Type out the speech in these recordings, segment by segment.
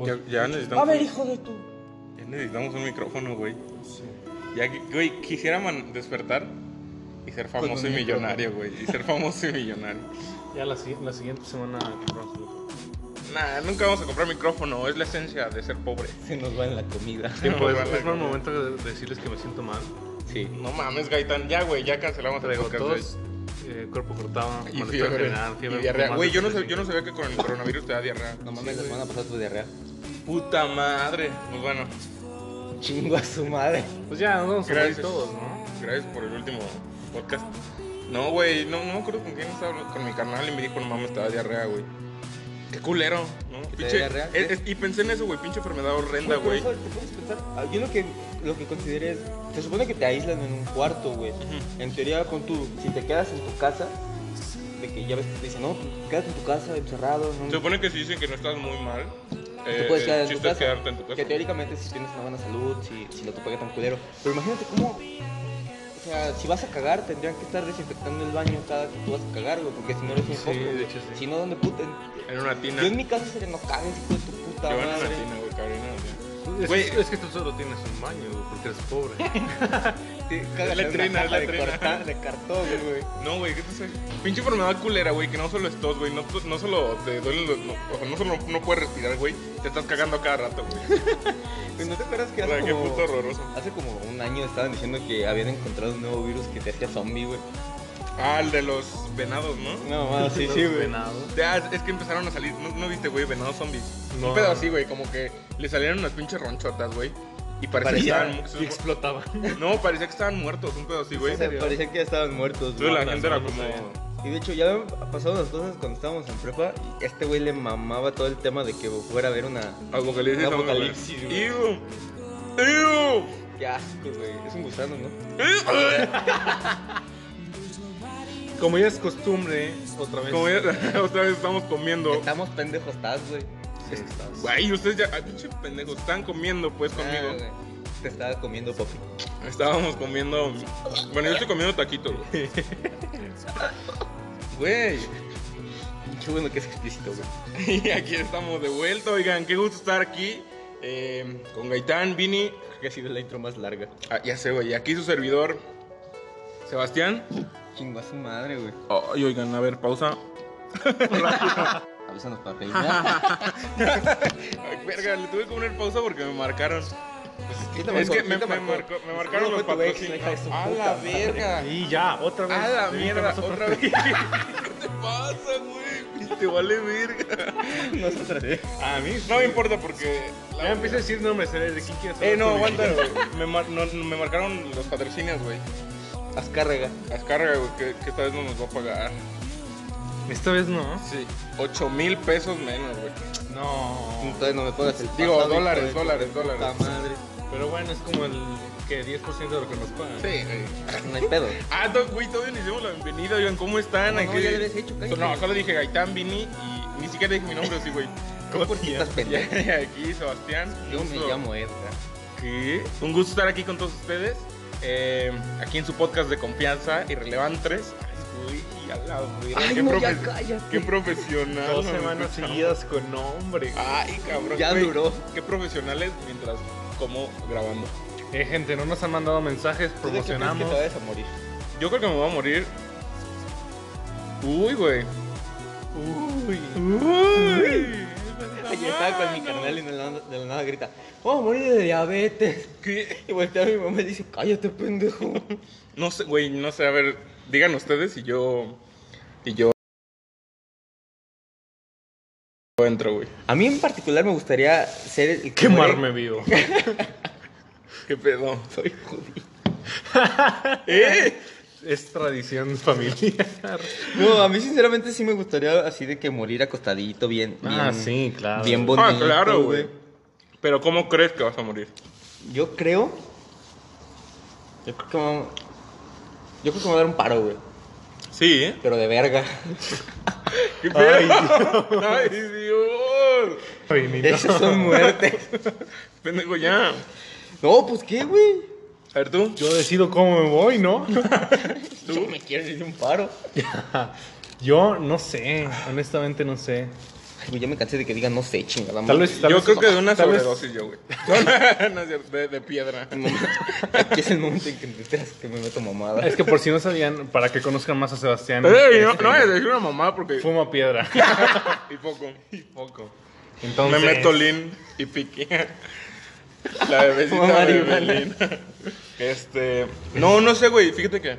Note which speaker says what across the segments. Speaker 1: Ya, ya necesitamos.
Speaker 2: Pues, A ver, hijo de tu.
Speaker 1: Ya necesitamos un micrófono, güey. Ya, que- güey, quisiera man- despertar y ser
Speaker 3: un
Speaker 1: famoso y
Speaker 3: micrófono.
Speaker 1: millonario, güey. Y ser famoso y millonario.
Speaker 3: Ya la, si- la siguiente semana compramos otro.
Speaker 1: Nah, nunca vamos a comprar micrófono. Es la esencia de ser pobre.
Speaker 4: Se nos va en la comida.
Speaker 3: Sí,
Speaker 1: No,
Speaker 3: pues,
Speaker 1: vale,
Speaker 3: es mal
Speaker 1: güey.
Speaker 3: momento de decirles que me siento mal.
Speaker 4: Sí.
Speaker 1: No mames, Gaitán. Ya, güey, ya cancelamos el
Speaker 3: Traigo
Speaker 1: podcast,
Speaker 3: tos, eh, cuerpo cortado,
Speaker 1: güey. Y
Speaker 3: malestar
Speaker 1: fiebre.
Speaker 3: general, fiebre.
Speaker 1: Y diarrea.
Speaker 3: más
Speaker 1: Güey,
Speaker 3: de
Speaker 1: yo no, sé,
Speaker 3: 35.
Speaker 1: yo no sabía que con el coronavirus te da diarrea.
Speaker 4: No mames, la semana pasada tuve diarrea.
Speaker 1: Puta madre. Pues bueno,
Speaker 4: Chingo a su madre.
Speaker 3: Pues ya, nos vamos a morir
Speaker 1: Gracias.
Speaker 3: todos, ¿no?
Speaker 1: gracias por el último podcast. No, güey, no, no me acuerdo con quién estaba hablando, con mi carnal y me dijo, no mames, te da diarrea, güey. Qué culero, ¿no?
Speaker 4: te
Speaker 1: Pinche-
Speaker 4: dé diarrea?
Speaker 1: es- es- y pensé en eso, güey, pinche enfermedad horrenda,
Speaker 4: Güey,
Speaker 1: güey.
Speaker 4: pero, ¿te puedes pensar? Ah, Yo lo que, lo que consideré es, se supone que te aíslan en un cuarto, güey. En teoría, con tu, si te quedas en tu casa, de que ya ves que te dicen, no, quédate en tu casa, encerrado, no.
Speaker 1: Se supone que si dicen que no estás muy mal, eh,
Speaker 4: Te puedes
Speaker 1: el
Speaker 4: quedar en tu
Speaker 1: chiste es
Speaker 4: casa.
Speaker 1: quedarte en tu casa.
Speaker 4: Que teóricamente si tienes una buena salud, si, si no te pega tan culero. Pero imagínate cómo... O sea, si vas a cagar, tendrían que estar desinfectando el baño cada que tú vas a cagar, güey. Porque si no eres un
Speaker 3: Sí,
Speaker 4: foco,
Speaker 3: de
Speaker 4: güey.
Speaker 3: hecho, sí.
Speaker 4: Si no, ¿dónde puta?
Speaker 1: En una tina.
Speaker 4: Yo en mi casa sería no cagues, hijo de tu puta
Speaker 1: Yo en una
Speaker 4: madre.
Speaker 1: tina, güey, cabrón, no,
Speaker 3: Es,
Speaker 1: Güey.
Speaker 3: es que tú solo tienes un baño, güey, porque eres pobre.
Speaker 4: Cágate
Speaker 1: La
Speaker 4: en una
Speaker 1: trina,
Speaker 4: caja
Speaker 1: la
Speaker 4: de
Speaker 1: trina.
Speaker 4: corta- De cartón, güey.
Speaker 1: No, güey, ¿qué te hace? Pinche enfermedad culera, güey, que no solo es tos, güey, no, no solo te duelen los... No, o sea, no solo no puedes respirar, güey, te estás cagando a cada rato, güey.
Speaker 4: Pues, ¿No te acuerdas que
Speaker 1: O
Speaker 4: hace
Speaker 1: sea, qué
Speaker 4: como-
Speaker 1: puto horroroso.
Speaker 4: Hace como un año estaban diciendo que habían encontrado un nuevo virus que te hacía zombie, güey.
Speaker 1: Ah, el de los venados, ¿no?
Speaker 4: No, mamá, sí,
Speaker 3: Los
Speaker 4: sí, güey.
Speaker 3: venados.
Speaker 1: Ya, es que empezaron a salir, ¿no, no viste, güey? Venados zombies.
Speaker 3: No.
Speaker 1: Un pedo así, güey, como que le salieron unas pinches ronchotas, güey. Y parecía,
Speaker 4: Parecía-
Speaker 1: que estaban...
Speaker 3: Y explotaban.
Speaker 1: mu- No, parecía que estaban muertos, un pedo así, güey.
Speaker 4: O sea, parecía que ya estaban muertos,
Speaker 1: Entonces la
Speaker 4: güey.
Speaker 1: gente era
Speaker 3: no, no
Speaker 1: como...
Speaker 4: Y de hecho, ya pasaron las cosas cuando estábamos en prepa. y Este güey le mamaba todo el tema de que fuera a ver una.
Speaker 1: Apocalipsis,
Speaker 4: Un
Speaker 1: zombie, güey.
Speaker 4: apocalipsis, güey.
Speaker 1: Iu. Iu.
Speaker 4: Qué asco, güey. Es un gusano, ¿no?
Speaker 3: Como ya es costumbre, otra vez.
Speaker 1: Como ya otra vez estamos comiendo.
Speaker 4: Estamos pendejos, estás, güey.
Speaker 3: Sí, estás.
Speaker 1: Güey, ustedes ya, ah, pinche pendejos, están comiendo pues
Speaker 4: Ah,
Speaker 1: conmigo.
Speaker 4: güey. Te estaba comiendo, papi.
Speaker 1: Estábamos comiendo. Bueno, yo estoy comiendo taquitos. güey. Güey.
Speaker 4: Qué bueno que es explícito, güey.
Speaker 1: Y aquí estamos de vuelta, oigan, qué gusto estar aquí eh, con Gaitán, Vini,
Speaker 4: Creo que ha sido la intro más larga.
Speaker 1: ah, ya sé, güey, aquí su servidor, Sebastián.
Speaker 4: Chingo a su madre, güey.
Speaker 1: Ay, oigan, a ver, pausa.
Speaker 4: Avísanos para peinar.
Speaker 1: Ay, verga, le tuve que poner pausa porque me marcaron.
Speaker 4: ¿Quién te
Speaker 1: es
Speaker 4: marcó?
Speaker 1: que
Speaker 4: ¿Quién
Speaker 1: me,
Speaker 4: te
Speaker 1: me marcó- me marcaron los
Speaker 4: Seguro fue tu ex,
Speaker 1: patrocinios.
Speaker 4: hija de su
Speaker 1: A
Speaker 4: puta
Speaker 1: la
Speaker 4: madre.
Speaker 1: verga.
Speaker 3: Y ya, otra vez.
Speaker 1: A la
Speaker 3: Sí,
Speaker 1: mierda,
Speaker 3: tenemos otro-
Speaker 1: otra vez. ¿Qué te pasa, güey? Te vale verga.
Speaker 4: Nosotras, güey.
Speaker 3: A mí. sí.
Speaker 1: No me importa porque.
Speaker 3: Ya empieza a decir nombres, ¿eh? ¿de quién quieres
Speaker 1: Eh, no,
Speaker 3: hablar?
Speaker 1: aguanta, güey. Me, mar- no, me marcaron los patrocinios, güey.
Speaker 4: Azcárraga.
Speaker 1: Descarga, güey, que, que esta vez no nos va a pagar.
Speaker 3: Esta vez no.
Speaker 1: Sí, 8 mil pesos menos, güey.
Speaker 3: No.
Speaker 4: Entonces no me pongas el
Speaker 1: Digo,
Speaker 4: pasado,
Speaker 1: dólares,
Speaker 4: hijo de
Speaker 1: dólares,
Speaker 4: tu puta
Speaker 1: dólares.
Speaker 4: madre.
Speaker 3: Pero bueno, es como el que 10% de lo que nos pagan.
Speaker 1: Sí, güey.
Speaker 4: No hay pedo.
Speaker 1: Ah, to- güey, todavía ni hicimos la bienvenida, oigan, ¿cómo están?
Speaker 4: No,
Speaker 1: Aquí-
Speaker 4: no, ya lo habías hecho, cállate.
Speaker 1: No, solo dije Gaitán, Vini y ni siquiera dije mi nombre así, güey.
Speaker 3: ¿Cómo
Speaker 4: ¿Por
Speaker 3: te
Speaker 4: qué
Speaker 3: llamas?
Speaker 4: estás
Speaker 1: Ya,
Speaker 4: pendejo?
Speaker 1: ya, aquí, Sebastián.
Speaker 4: Yo me
Speaker 1: gusto.
Speaker 4: llamo Edgar.
Speaker 1: ¿Qué? Un gusto estar aquí con todos ustedes. eh, aquí en su podcast de confianza, Irrelevantes. Ay, güey, a la verga,
Speaker 4: Ay,
Speaker 1: qué,
Speaker 4: no, ya
Speaker 1: profe-
Speaker 4: cállate.
Speaker 1: qué profesional.
Speaker 3: Dos
Speaker 1: nos
Speaker 3: semanas
Speaker 1: escuchamos.
Speaker 3: seguidas con nombre.
Speaker 1: Ay, cabrón.
Speaker 4: Ya
Speaker 1: güey,
Speaker 4: duró.
Speaker 1: Qué profesionales mientras como grabando.
Speaker 3: Eh, gente, no nos han mandado mensajes,
Speaker 4: ¿Tú de qué crees
Speaker 3: promocionamos.
Speaker 4: que te vayas a morir?
Speaker 1: Yo creo que me voy a morir. Uy, güey.
Speaker 3: Uy.
Speaker 1: Uy.
Speaker 4: Ayer estaba con mi carnal y de la, de la nada grita, vamos a morir de diabetes.
Speaker 1: ¿Qué?
Speaker 4: Y voltea a mi mamá y dice, cállate, pendejo.
Speaker 1: No sé, güey, no sé. A ver, digan ustedes y yo. Y yo. yo Entro, güey.
Speaker 4: A mí en particular me gustaría ser el que
Speaker 3: Quemarme
Speaker 4: muere-
Speaker 3: vivo.
Speaker 1: ¿Qué pedo?
Speaker 4: Soy judío.
Speaker 1: ¡Eh!
Speaker 3: es tradición familiar.
Speaker 4: No, a mí sinceramente sí me gustaría así de que morir acostadito, bien, bien,
Speaker 3: Ah, sí, claro.
Speaker 4: bien bonito.
Speaker 1: ah, claro, güey. Pero ¿cómo crees que vas a morir?
Speaker 4: Yo creo, yo creo que me, va- yo creo que me va a dar un paro, güey,
Speaker 1: Sí, ¿eh?
Speaker 4: pero de verga.
Speaker 1: ¡Qué
Speaker 3: Ay,
Speaker 1: pedo! ¡Ay, Dios!
Speaker 3: Ay, ni-
Speaker 4: Esas son muertes.
Speaker 1: Pendejo, ya.
Speaker 4: No, pues qué, güey.
Speaker 1: A ver, tú.
Speaker 3: Yo decido cómo me voy, ¿no?
Speaker 4: Yo me quiero ir de un paro.
Speaker 3: Yo no sé, honestamente no sé.
Speaker 4: Ay, güey, ya me cansé de que digan, no sé, chingada
Speaker 3: Tal
Speaker 4: madre.
Speaker 3: vez- tal
Speaker 1: yo
Speaker 3: vez-
Speaker 1: creo que de una
Speaker 3: tal vez-
Speaker 1: sobredosis yo, güey. No, no es cierto, de, de piedra.
Speaker 4: El momento- Aquí es el momento en que te enteras que me meto mamada.
Speaker 3: Es que por si no sabían, para que conozcan más a Sebastián.
Speaker 1: Ey, no,
Speaker 3: este,
Speaker 1: no voy a decir una mamá porque...
Speaker 3: Fuma piedra.
Speaker 1: Y poco. Y poco.
Speaker 3: Entonces,
Speaker 1: Me meto Lin y Piqui. La
Speaker 4: Como
Speaker 1: bebecita de
Speaker 4: marihuana.
Speaker 1: Belín. Este. No, no sé, güey. Fíjate que.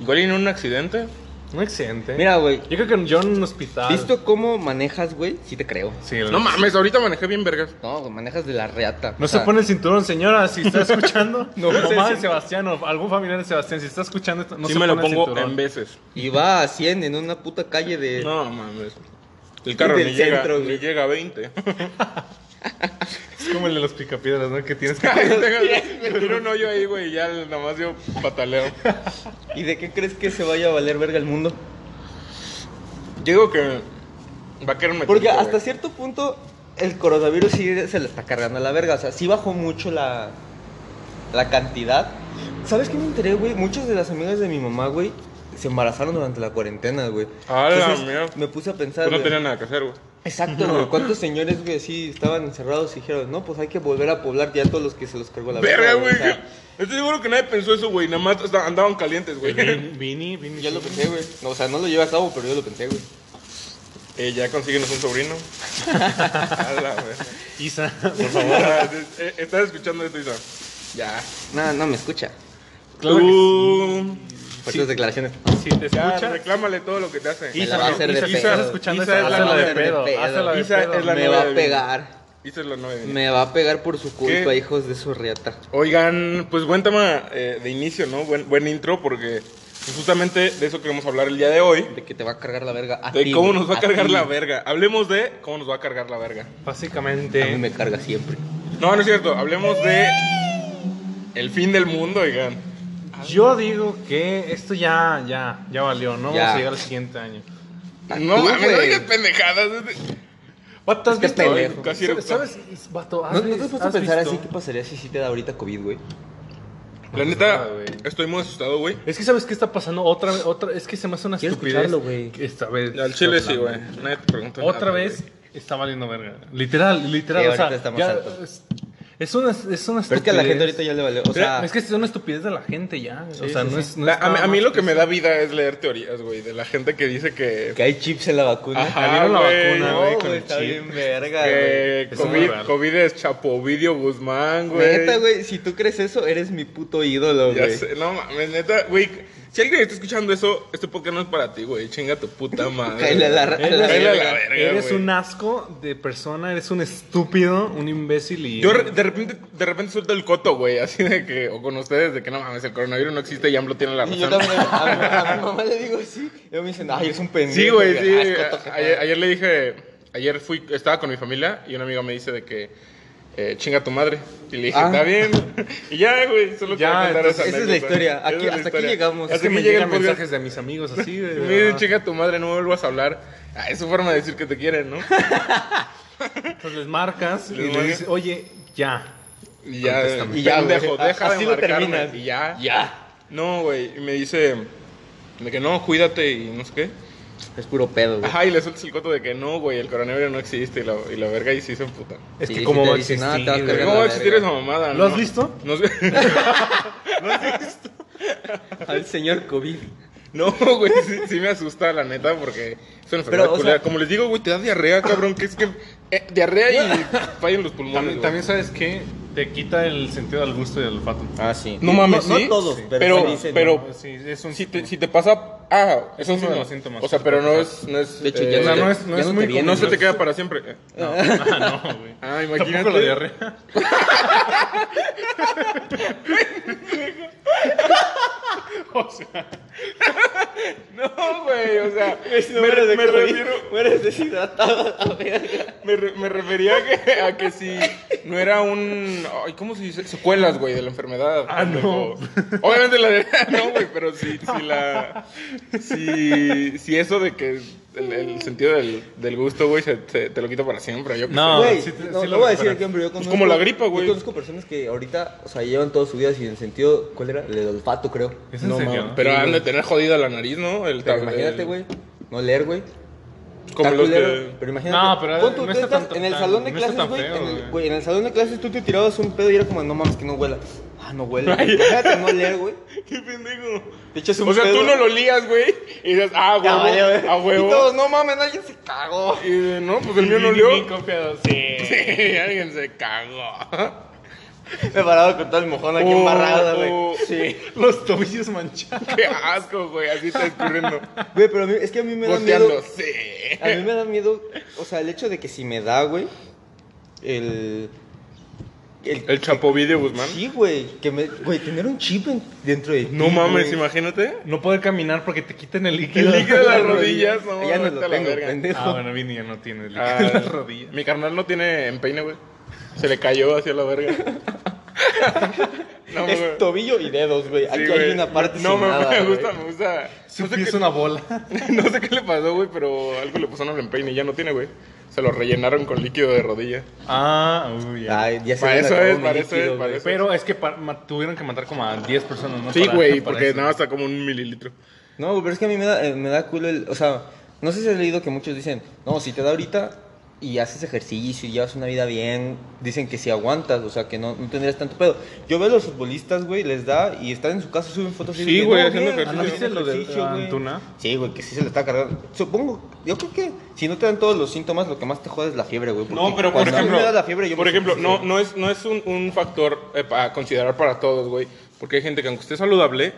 Speaker 1: Igual y en un accidente.
Speaker 3: Un accidente.
Speaker 4: Mira, güey.
Speaker 3: Yo creo que yo en un hospital.
Speaker 4: ¿Visto cómo manejas, güey? Sí te creo.
Speaker 3: Sí,
Speaker 1: No mames, ahorita manejé bien vergas.
Speaker 4: No, güey, manejas de la reata.
Speaker 3: No
Speaker 4: O
Speaker 3: se
Speaker 4: sea,
Speaker 3: pone el cinturón, señora, si está escuchando.
Speaker 4: Ah. No,
Speaker 3: no,
Speaker 4: sí,
Speaker 3: mamá de
Speaker 4: sí.
Speaker 3: Sebastián o algún familiar de Sebastián, si está escuchando, esto, no
Speaker 1: sí
Speaker 3: se
Speaker 1: me lo
Speaker 3: pone el
Speaker 1: pongo
Speaker 3: cinturón.
Speaker 1: en veces.
Speaker 4: Y va a 100 en una puta calle de...
Speaker 1: No mames. El carro
Speaker 4: Del
Speaker 1: ni llega,
Speaker 4: centro,
Speaker 1: ni
Speaker 4: güey.
Speaker 1: llega a 20.
Speaker 3: Es como el de los picapiedras, ¿no? Que tienes que.
Speaker 1: Tengo- Tiro un hoyo ahí, güey, y ya nada más yo pataleo.
Speaker 4: ¿Y de qué crees que se vaya a valer verga el mundo?
Speaker 1: Digo que va a caer un meteorito,
Speaker 4: Porque hasta
Speaker 1: güey.
Speaker 4: cierto punto el coronavirus sí se le está cargando a la verga. O sea, sí bajó mucho la, la cantidad. ¿Sabes qué me enteré, güey? Muchas de las amigas de mi mamá, güey, se embarazaron durante la cuarentena, güey.
Speaker 1: Ah, la
Speaker 4: Entonces,
Speaker 1: mierda.
Speaker 4: Me puse a pensar.
Speaker 1: Pues no
Speaker 4: güey.
Speaker 1: tenía nada que hacer, güey.
Speaker 4: Exacto, güey. ¿Cuántos señores, güey, sí estaban encerrados y dijeron, no, pues hay que volver a poblar ya todos los que se los cargó la verga?
Speaker 1: Verga, güey.
Speaker 4: O sea,
Speaker 1: Estoy seguro que nadie pensó eso, güey. Nada más hasta andaban calientes, güey.
Speaker 3: Vin- Vini, Vini.
Speaker 4: yo lo pensé, güey. No, o sea, no lo llevé a cabo, pero yo lo pensé, güey.
Speaker 1: Eh, ya consíguenos un sobrino. A la verga.
Speaker 3: Isa.
Speaker 1: Por favor. Eh, Estás escuchando esto, Isa.
Speaker 4: Ya. No, no me escucha.
Speaker 3: Claro que
Speaker 1: Tú.
Speaker 4: Fuertes declaraciones.
Speaker 3: Si te
Speaker 1: Ya,
Speaker 3: escucha.
Speaker 1: reclámale todo lo que te hace.
Speaker 4: Me la va a
Speaker 3: Isa,
Speaker 4: hacer de
Speaker 3: Isa, si
Speaker 4: pedo.
Speaker 3: estás escuchando
Speaker 1: Isa
Speaker 3: esa,
Speaker 1: es la
Speaker 3: hazla de
Speaker 4: madre de
Speaker 3: pedo.
Speaker 4: pedo.
Speaker 3: hazla de
Speaker 1: Isa
Speaker 3: pedo.
Speaker 1: es la
Speaker 4: Me
Speaker 1: nueva
Speaker 4: va
Speaker 1: de
Speaker 4: a
Speaker 1: Vini.
Speaker 4: pegar.
Speaker 1: Isa es la nueva de Vini.
Speaker 4: Me va a pegar por su culpa,
Speaker 1: ¿Qué?
Speaker 4: hijos de su riata.
Speaker 1: Oigan, pues buen tema eh, de inicio, ¿no? Buen, buen intro, porque pues, justamente de eso queremos hablar el día de hoy.
Speaker 4: De que te va a cargar la verga. A
Speaker 1: De
Speaker 4: ti,
Speaker 1: cómo
Speaker 4: güey,
Speaker 1: nos va a cargar
Speaker 4: ti.
Speaker 1: la verga. Hablemos de cómo nos va a cargar la verga.
Speaker 4: A mí
Speaker 3: Básicamente.
Speaker 4: me carga siempre.
Speaker 1: No, no es cierto. Hablemos de. El fin del mundo, oigan.
Speaker 3: Yo digo que esto ya, ya, ya valió, ¿no?
Speaker 4: Ya.
Speaker 3: Vamos a llegar al siguiente año.
Speaker 4: A
Speaker 1: No
Speaker 4: ti,
Speaker 1: mames, no
Speaker 4: güey.
Speaker 1: digas pendejadas.
Speaker 3: Vato, ¿has
Speaker 4: Este
Speaker 3: visto?
Speaker 4: pendejo.
Speaker 1: Casi
Speaker 3: ¿Sabes?
Speaker 1: eructó.
Speaker 3: ¿Sabes? Vato, ¿has
Speaker 4: ¿No, no
Speaker 3: vis-
Speaker 4: te has puesto a
Speaker 3: has
Speaker 4: pensar
Speaker 3: visto?
Speaker 4: así qué pasaría si sí te da ahorita COVID, güey?
Speaker 1: La
Speaker 3: nada,
Speaker 1: neta,
Speaker 3: güey.
Speaker 1: estoy muy asustado, güey.
Speaker 3: Es que sabes qué está pasando otra vez, otra es que se me hace una
Speaker 4: Quiero
Speaker 3: estupidez.
Speaker 4: escucharlo, güey.
Speaker 3: que Esta vez.
Speaker 1: Al chile sí, güey. Nadie te preguntó.
Speaker 3: Otra
Speaker 1: nada,
Speaker 3: vez
Speaker 1: ah, güey.
Speaker 3: está valiendo verga. Literal, literal,
Speaker 4: Sí,
Speaker 3: o sea,
Speaker 4: ahorita está más
Speaker 3: ya-
Speaker 4: alto.
Speaker 3: es, es una es una estupidez.
Speaker 4: Pero es que a la gente ahorita ya le valió. O sea,
Speaker 3: es que es una estupidez de la gente ya, o
Speaker 4: Sí,
Speaker 3: sea,
Speaker 4: sí,
Speaker 3: no
Speaker 4: sí.
Speaker 3: es no
Speaker 1: La-
Speaker 3: es
Speaker 1: a, mí,
Speaker 3: nada
Speaker 1: a mí
Speaker 3: más
Speaker 1: lo que
Speaker 3: es-
Speaker 1: me da vida es leer teorías, güey, de la gente que dice que,
Speaker 4: que hay chips en la vacuna.
Speaker 1: Ajá,
Speaker 3: Cambiaron la
Speaker 1: güey,
Speaker 3: vacuna,
Speaker 1: no,
Speaker 3: güey,
Speaker 4: No,
Speaker 3: con
Speaker 4: güey,
Speaker 3: el
Speaker 4: está
Speaker 3: chip.
Speaker 4: bien verga, güey.
Speaker 1: que
Speaker 3: Es muy
Speaker 1: COVID,
Speaker 3: raro.
Speaker 1: COVID es Chapovidio Guzmán, güey.
Speaker 4: Neta, güey, si tú crees eso, eres mi puto ídolo,
Speaker 1: Ya
Speaker 4: güey.
Speaker 1: sé, no mames, neta, güey. Si alguien está escuchando eso, este podcast no es para ti, güey. Chinga tu puta madre.
Speaker 4: Cáele a la ra-
Speaker 1: Cáele
Speaker 4: a la
Speaker 1: a la verga,
Speaker 3: Eres
Speaker 1: güey.
Speaker 3: un asco de persona, eres un estúpido, un imbécil y
Speaker 1: Yo re- de repente, de repente suelto el coto, güey, así de que, o con ustedes, de que no mames, el coronavirus no existe y AMLO tiene la razón.
Speaker 4: Y yo también, a mi, a mi mamá le digo sí. Y luego me dicen, ay, eres un pendejo.
Speaker 1: Sí, güey, sí.
Speaker 4: Ah, es coto, jefa.
Speaker 1: Ayer, ayer le dije, ayer fui, estaba con mi familia y una amiga me dice de que eh, chinga tu madre. Y le dije,
Speaker 4: Ah.
Speaker 1: está bien. Y ya, güey, solo
Speaker 3: Ya,
Speaker 1: quería contar
Speaker 3: entonces,
Speaker 1: esa
Speaker 4: esa es la
Speaker 1: anécdota.
Speaker 4: historia.
Speaker 1: Esa
Speaker 4: Aquí-
Speaker 1: es la
Speaker 4: hasta aquí llegamos.
Speaker 3: es
Speaker 1: Hasta
Speaker 3: que
Speaker 1: aquí
Speaker 3: me
Speaker 1: llega el
Speaker 3: llegan
Speaker 1: podcast.
Speaker 3: mensajes de mis amigos así de
Speaker 1: Me dice,
Speaker 3: verdad.
Speaker 1: chinga tu madre, no me vuelvas a hablar. Ah, es su forma de decir que te quieren, ¿no?
Speaker 3: Entonces les marcas
Speaker 1: Les
Speaker 3: y
Speaker 1: marcas.
Speaker 3: le dices, "Oye, ya."
Speaker 1: Y ya,
Speaker 3: Contéstame.
Speaker 1: y
Speaker 4: Y ya, güey.
Speaker 1: pendejo, deja
Speaker 4: Así
Speaker 1: de
Speaker 4: lo
Speaker 1: marcarme.
Speaker 4: terminas.
Speaker 1: Y ya.
Speaker 4: Ya.
Speaker 1: No, güey, y me dice de que no, cuídate y no sé qué.
Speaker 4: Es puro pedo, güey.
Speaker 1: Ajá, y le sueltas el coto de que no, güey, el coronavirus no existe y la, y la verga y sí se emputan.
Speaker 3: Es
Speaker 4: Sí,
Speaker 3: que
Speaker 4: sí
Speaker 3: como
Speaker 4: te
Speaker 3: va a
Speaker 4: dicen,
Speaker 3: existir.
Speaker 4: "No, te va a
Speaker 3: güey?
Speaker 4: cargar
Speaker 1: ¿Cómo va a
Speaker 4: la
Speaker 1: existir esa
Speaker 4: verga.
Speaker 1: mamada?
Speaker 3: ¿Lo has
Speaker 1: No.
Speaker 3: visto?
Speaker 1: No,
Speaker 4: Al señor COVID.
Speaker 1: no, güey, sí, sí me asusta, la neta, porque es una enfermedad
Speaker 4: Pero, o
Speaker 1: culera.
Speaker 4: sea-
Speaker 1: Como les digo, güey, te da diarrea, cabrón, que es que... eh, diarrea y fallan los pulmones,
Speaker 3: También,
Speaker 1: güey.
Speaker 3: también sabes que te quita el sentido del gusto y del olfato.
Speaker 4: Ah, sí.
Speaker 1: No mames,
Speaker 4: no,
Speaker 1: ¿sí?
Speaker 4: todos,
Speaker 1: Sí.
Speaker 4: pero,
Speaker 1: Pero-
Speaker 4: sí dicen,
Speaker 1: pero-
Speaker 3: No, sí, es un
Speaker 1: Si te, si te pasa... Ah,
Speaker 3: Es
Speaker 1: un
Speaker 3: uno de los
Speaker 1: síntoma.
Speaker 3: síntomas.
Speaker 1: O sea, pero no es... No es
Speaker 4: De hecho,
Speaker 1: eh,
Speaker 4: ya,
Speaker 1: o sea,
Speaker 3: no
Speaker 1: no,
Speaker 3: es- no
Speaker 4: ya
Speaker 3: es muy
Speaker 4: te viene.
Speaker 1: no se te queda para siempre. Eh,
Speaker 3: No, ah, no, güey.
Speaker 1: Ah,
Speaker 3: Tampoco la
Speaker 1: imagínate.
Speaker 3: diarrea. o sea,
Speaker 1: No, güey, o sea,
Speaker 4: No
Speaker 1: me,
Speaker 4: mueres de
Speaker 1: me
Speaker 4: COVID,
Speaker 1: refiero,
Speaker 4: mueres deshidratado, la verga.
Speaker 1: me, re- me refería a que, a que si no era un, ay, ¿cómo se dice? Secuelas, güey, de la enfermedad.
Speaker 3: Ah, no.
Speaker 1: Pendejo. Obviamente la de, no, güey, pero si, si la, si, si eso de que el, el sentido del, del gusto, güey, se, se- te lo quita para siempre. Yo qué
Speaker 3: No.
Speaker 1: sé.
Speaker 4: Güey,
Speaker 3: sí te-
Speaker 4: no, no
Speaker 3: sí lo
Speaker 4: voy a decir
Speaker 3: recuperas.
Speaker 4: ejemplo. Yo conozco,
Speaker 1: como la gripa, güey.
Speaker 4: Yo conozco personas que ahorita, o sea, llevan toda su vida sin el sentido, ¿cuál era? El olfato, creo.
Speaker 3: ¿Es en
Speaker 4: no,
Speaker 3: serio?
Speaker 4: mames.
Speaker 1: Pero han de tener jodida la nariz, ¿no? El,
Speaker 4: Pero
Speaker 1: tab-
Speaker 4: imagínate,
Speaker 1: el-
Speaker 4: güey. No leer, güey.
Speaker 1: Como
Speaker 4: Está
Speaker 1: los
Speaker 4: culero,
Speaker 1: de.
Speaker 4: Pero imagínate.
Speaker 3: No, pero
Speaker 4: pon tú,
Speaker 3: no
Speaker 4: tú
Speaker 3: está
Speaker 4: estás
Speaker 3: tan-
Speaker 4: en el
Speaker 3: tan-
Speaker 4: salón de
Speaker 3: no está
Speaker 4: clases,
Speaker 3: tan
Speaker 4: güey.
Speaker 3: feo,
Speaker 4: en el-
Speaker 3: güey.
Speaker 4: güey, En el salón de clases tú te tirabas un pedo y era como, no mames, que no huela. Ah, no huele.
Speaker 1: Ay.
Speaker 4: Imagínate no oler, güey.
Speaker 1: ¡Qué pendejo!
Speaker 4: Te echas un
Speaker 1: O sea,
Speaker 4: pedo.
Speaker 1: tú no lo lías, güey. Y dices, ah,
Speaker 4: Ya valió,
Speaker 1: huevo,
Speaker 4: güey.
Speaker 1: a huevo.
Speaker 4: Y todos, no mames, alguien se cagó.
Speaker 1: Y de, no, pues el mío no
Speaker 3: Bien,
Speaker 1: olió.
Speaker 3: bien confiado, sí.
Speaker 1: Sí, alguien se cagó.
Speaker 4: Me paraba con todo el mojón aquí
Speaker 1: Oh,
Speaker 4: embarrado, güey.
Speaker 1: oh.
Speaker 4: Sí.
Speaker 3: Los tobillos manchados.
Speaker 1: Qué asco, güey. Así está escurriendo.
Speaker 4: Güey, pero a mí- es que a mí me da
Speaker 1: Boteando.
Speaker 4: miedo.
Speaker 1: Sí.
Speaker 4: A mí me da miedo, o sea, el hecho de que si me da, güey, el... El,
Speaker 1: El Chapoví de Guzmán.
Speaker 4: Sí, güey, que me... Güey, tener un chip en- dentro de
Speaker 1: No
Speaker 4: ti,
Speaker 1: mames,
Speaker 4: güey.
Speaker 1: imagínate.
Speaker 3: No poder caminar porque te quiten el
Speaker 1: El
Speaker 3: líquido.
Speaker 1: líquido de las rodillas. No,
Speaker 4: ya no
Speaker 1: vete a
Speaker 4: lo
Speaker 1: la
Speaker 4: tengo,
Speaker 1: verga.
Speaker 4: pendejo.
Speaker 3: Ah, bueno, Vini ya no tiene el líquido
Speaker 1: Ah,
Speaker 3: de las rodillas.
Speaker 1: mi carnal no tiene empeine, güey. Se le cayó hacia la verga. No, güey.
Speaker 4: es tobillo y dedos, güey.
Speaker 1: Sí,
Speaker 4: Aquí
Speaker 1: güey.
Speaker 4: hay una parte
Speaker 1: No,
Speaker 4: sin
Speaker 1: me,
Speaker 4: nada,
Speaker 1: me
Speaker 4: güey.
Speaker 1: gusta, me gusta.
Speaker 3: Su
Speaker 1: No sé,
Speaker 3: pie es
Speaker 1: qué,
Speaker 3: una bola.
Speaker 1: no sé qué le pasó, güey, pero algo le pusieron al empeine y ya no tiene, güey. Se lo rellenaron con líquido de rodilla.
Speaker 3: Ah, uy, ya.
Speaker 4: Ay, ya se
Speaker 1: Para
Speaker 4: me
Speaker 1: eso
Speaker 4: acabó
Speaker 1: es,
Speaker 4: mi
Speaker 1: para eso es,
Speaker 4: líquido,
Speaker 1: para
Speaker 4: güey.
Speaker 1: eso
Speaker 3: Pero es que pa- ma- tuvieron que matar como a 10 personas, ¿no?
Speaker 1: Sí,
Speaker 3: Para-
Speaker 1: güey,
Speaker 3: para
Speaker 1: porque
Speaker 3: eso.
Speaker 1: nada, hasta como un mililitro.
Speaker 4: No, güey, pero es que a mí me da, eh, me da culo el... O sea, no sé si has leído que muchos dicen, no, si te da ahorita y haces ejercicio y llevas una vida bien, dicen que si aguantas, o sea, que no, no tendrías tanto pedo. Yo veo a los futbolistas, güey, les da y están en su casa, suben fotos y
Speaker 1: Sí, güey,
Speaker 4: no,
Speaker 1: haciendo
Speaker 4: bien,
Speaker 1: ejercicio.
Speaker 4: estoy haciendo
Speaker 3: ¿Ah, no viste lo de
Speaker 4: ejercicio, güey".
Speaker 3: Antuna?
Speaker 4: Sí, güey, que sí se le está cargando. Supongo, yo creo que si no te dan todos los síntomas, lo que más te jode es la fiebre, güey. porque
Speaker 1: No, pero por
Speaker 4: cuando a mí
Speaker 1: ejemplo,
Speaker 4: me da la fiebre, yo
Speaker 1: por
Speaker 4: me
Speaker 1: ejemplo,
Speaker 4: sacrifico.
Speaker 1: no, no es, no es un, un factor eh, a considerar para todos, güey. Porque hay gente que aunque esté saludable,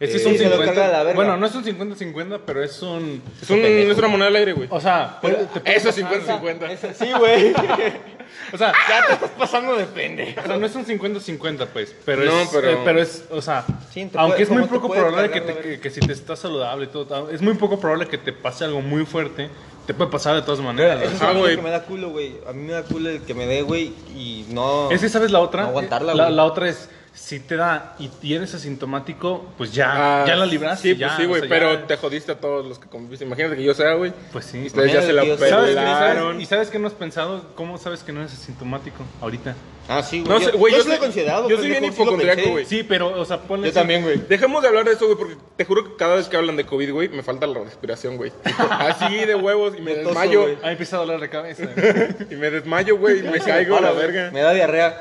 Speaker 3: Este
Speaker 1: eh,
Speaker 3: es un
Speaker 4: Sí, se lo carga la
Speaker 3: 50.
Speaker 4: verga.
Speaker 3: Bueno, no es un 50-50, pero es un.
Speaker 1: es, un-
Speaker 4: pendejo.
Speaker 1: es una moneda al aire, güey.
Speaker 3: O sea, puede- te puede
Speaker 1: Eso es
Speaker 3: pasar.
Speaker 1: 50-50.
Speaker 4: Ese- Sí, güey.
Speaker 3: O sea,
Speaker 4: ya te estás pasando de pendejo.
Speaker 3: o sea, no es un 50-50, pues. Pero,
Speaker 1: No,
Speaker 3: es,
Speaker 1: pero-
Speaker 3: eh, pero es. O sea,
Speaker 4: Sí, te puede-
Speaker 3: aunque es muy
Speaker 4: como te
Speaker 3: poco
Speaker 4: puede
Speaker 3: probable que,
Speaker 4: cargar la
Speaker 3: te- que-
Speaker 4: verga.
Speaker 3: que si te estás saludable y todo, tal, es muy poco probable que te pase algo muy fuerte. Te puede pasar de todas maneras.
Speaker 4: Eso es
Speaker 3: ¿no?
Speaker 1: Ah,
Speaker 4: lo
Speaker 1: güey.
Speaker 4: que me da culo, güey. A mí me da culo el que me dé, güey, y no...
Speaker 3: Es que, ¿sabes la otra?
Speaker 4: No aguantarla,
Speaker 3: la,
Speaker 4: güey.
Speaker 3: la otra es, si te da y, y eres asintomático, pues ya,
Speaker 1: Ah,
Speaker 3: ya la libraste.
Speaker 1: Sí,
Speaker 3: ya,
Speaker 1: pues sí,
Speaker 3: o
Speaker 1: güey,
Speaker 3: sea,
Speaker 1: pero
Speaker 3: ya-
Speaker 1: te jodiste a todos los que conviviste. Imagínate que yo sea, güey.
Speaker 3: Pues sí.
Speaker 1: Y ustedes ya se la
Speaker 4: Imagínate que yo sea.
Speaker 3: ¿Sabes, qué?
Speaker 1: pelaron.
Speaker 3: ¿Sabes- ¿Y sabes qué no has pensado? ¿Cómo sabes que no eres asintomático ahorita?
Speaker 4: Ah, sí,
Speaker 1: No sé, güey,
Speaker 4: yo,
Speaker 1: yo
Speaker 4: sí lo he
Speaker 1: soy-
Speaker 4: considerado.
Speaker 1: yo soy
Speaker 4: pendejo,
Speaker 1: bien
Speaker 4: sí lo
Speaker 1: hipocondriaco,
Speaker 4: pensé.
Speaker 1: güey.
Speaker 3: Sí, pero, o sea, ponle...
Speaker 4: Yo también, güey.
Speaker 1: Dejemos de hablar de eso, güey, porque te juro que cada vez que hablan de COVID, güey, me falta la respiración, güey. Tipo, Así de huevos y me
Speaker 4: Me toso,
Speaker 1: desmayo.
Speaker 4: güey.
Speaker 3: Ha empezado a doler la cabeza. güey.
Speaker 1: Y me desmayo, güey, y me caigo a la verga.
Speaker 4: Me da diarrea.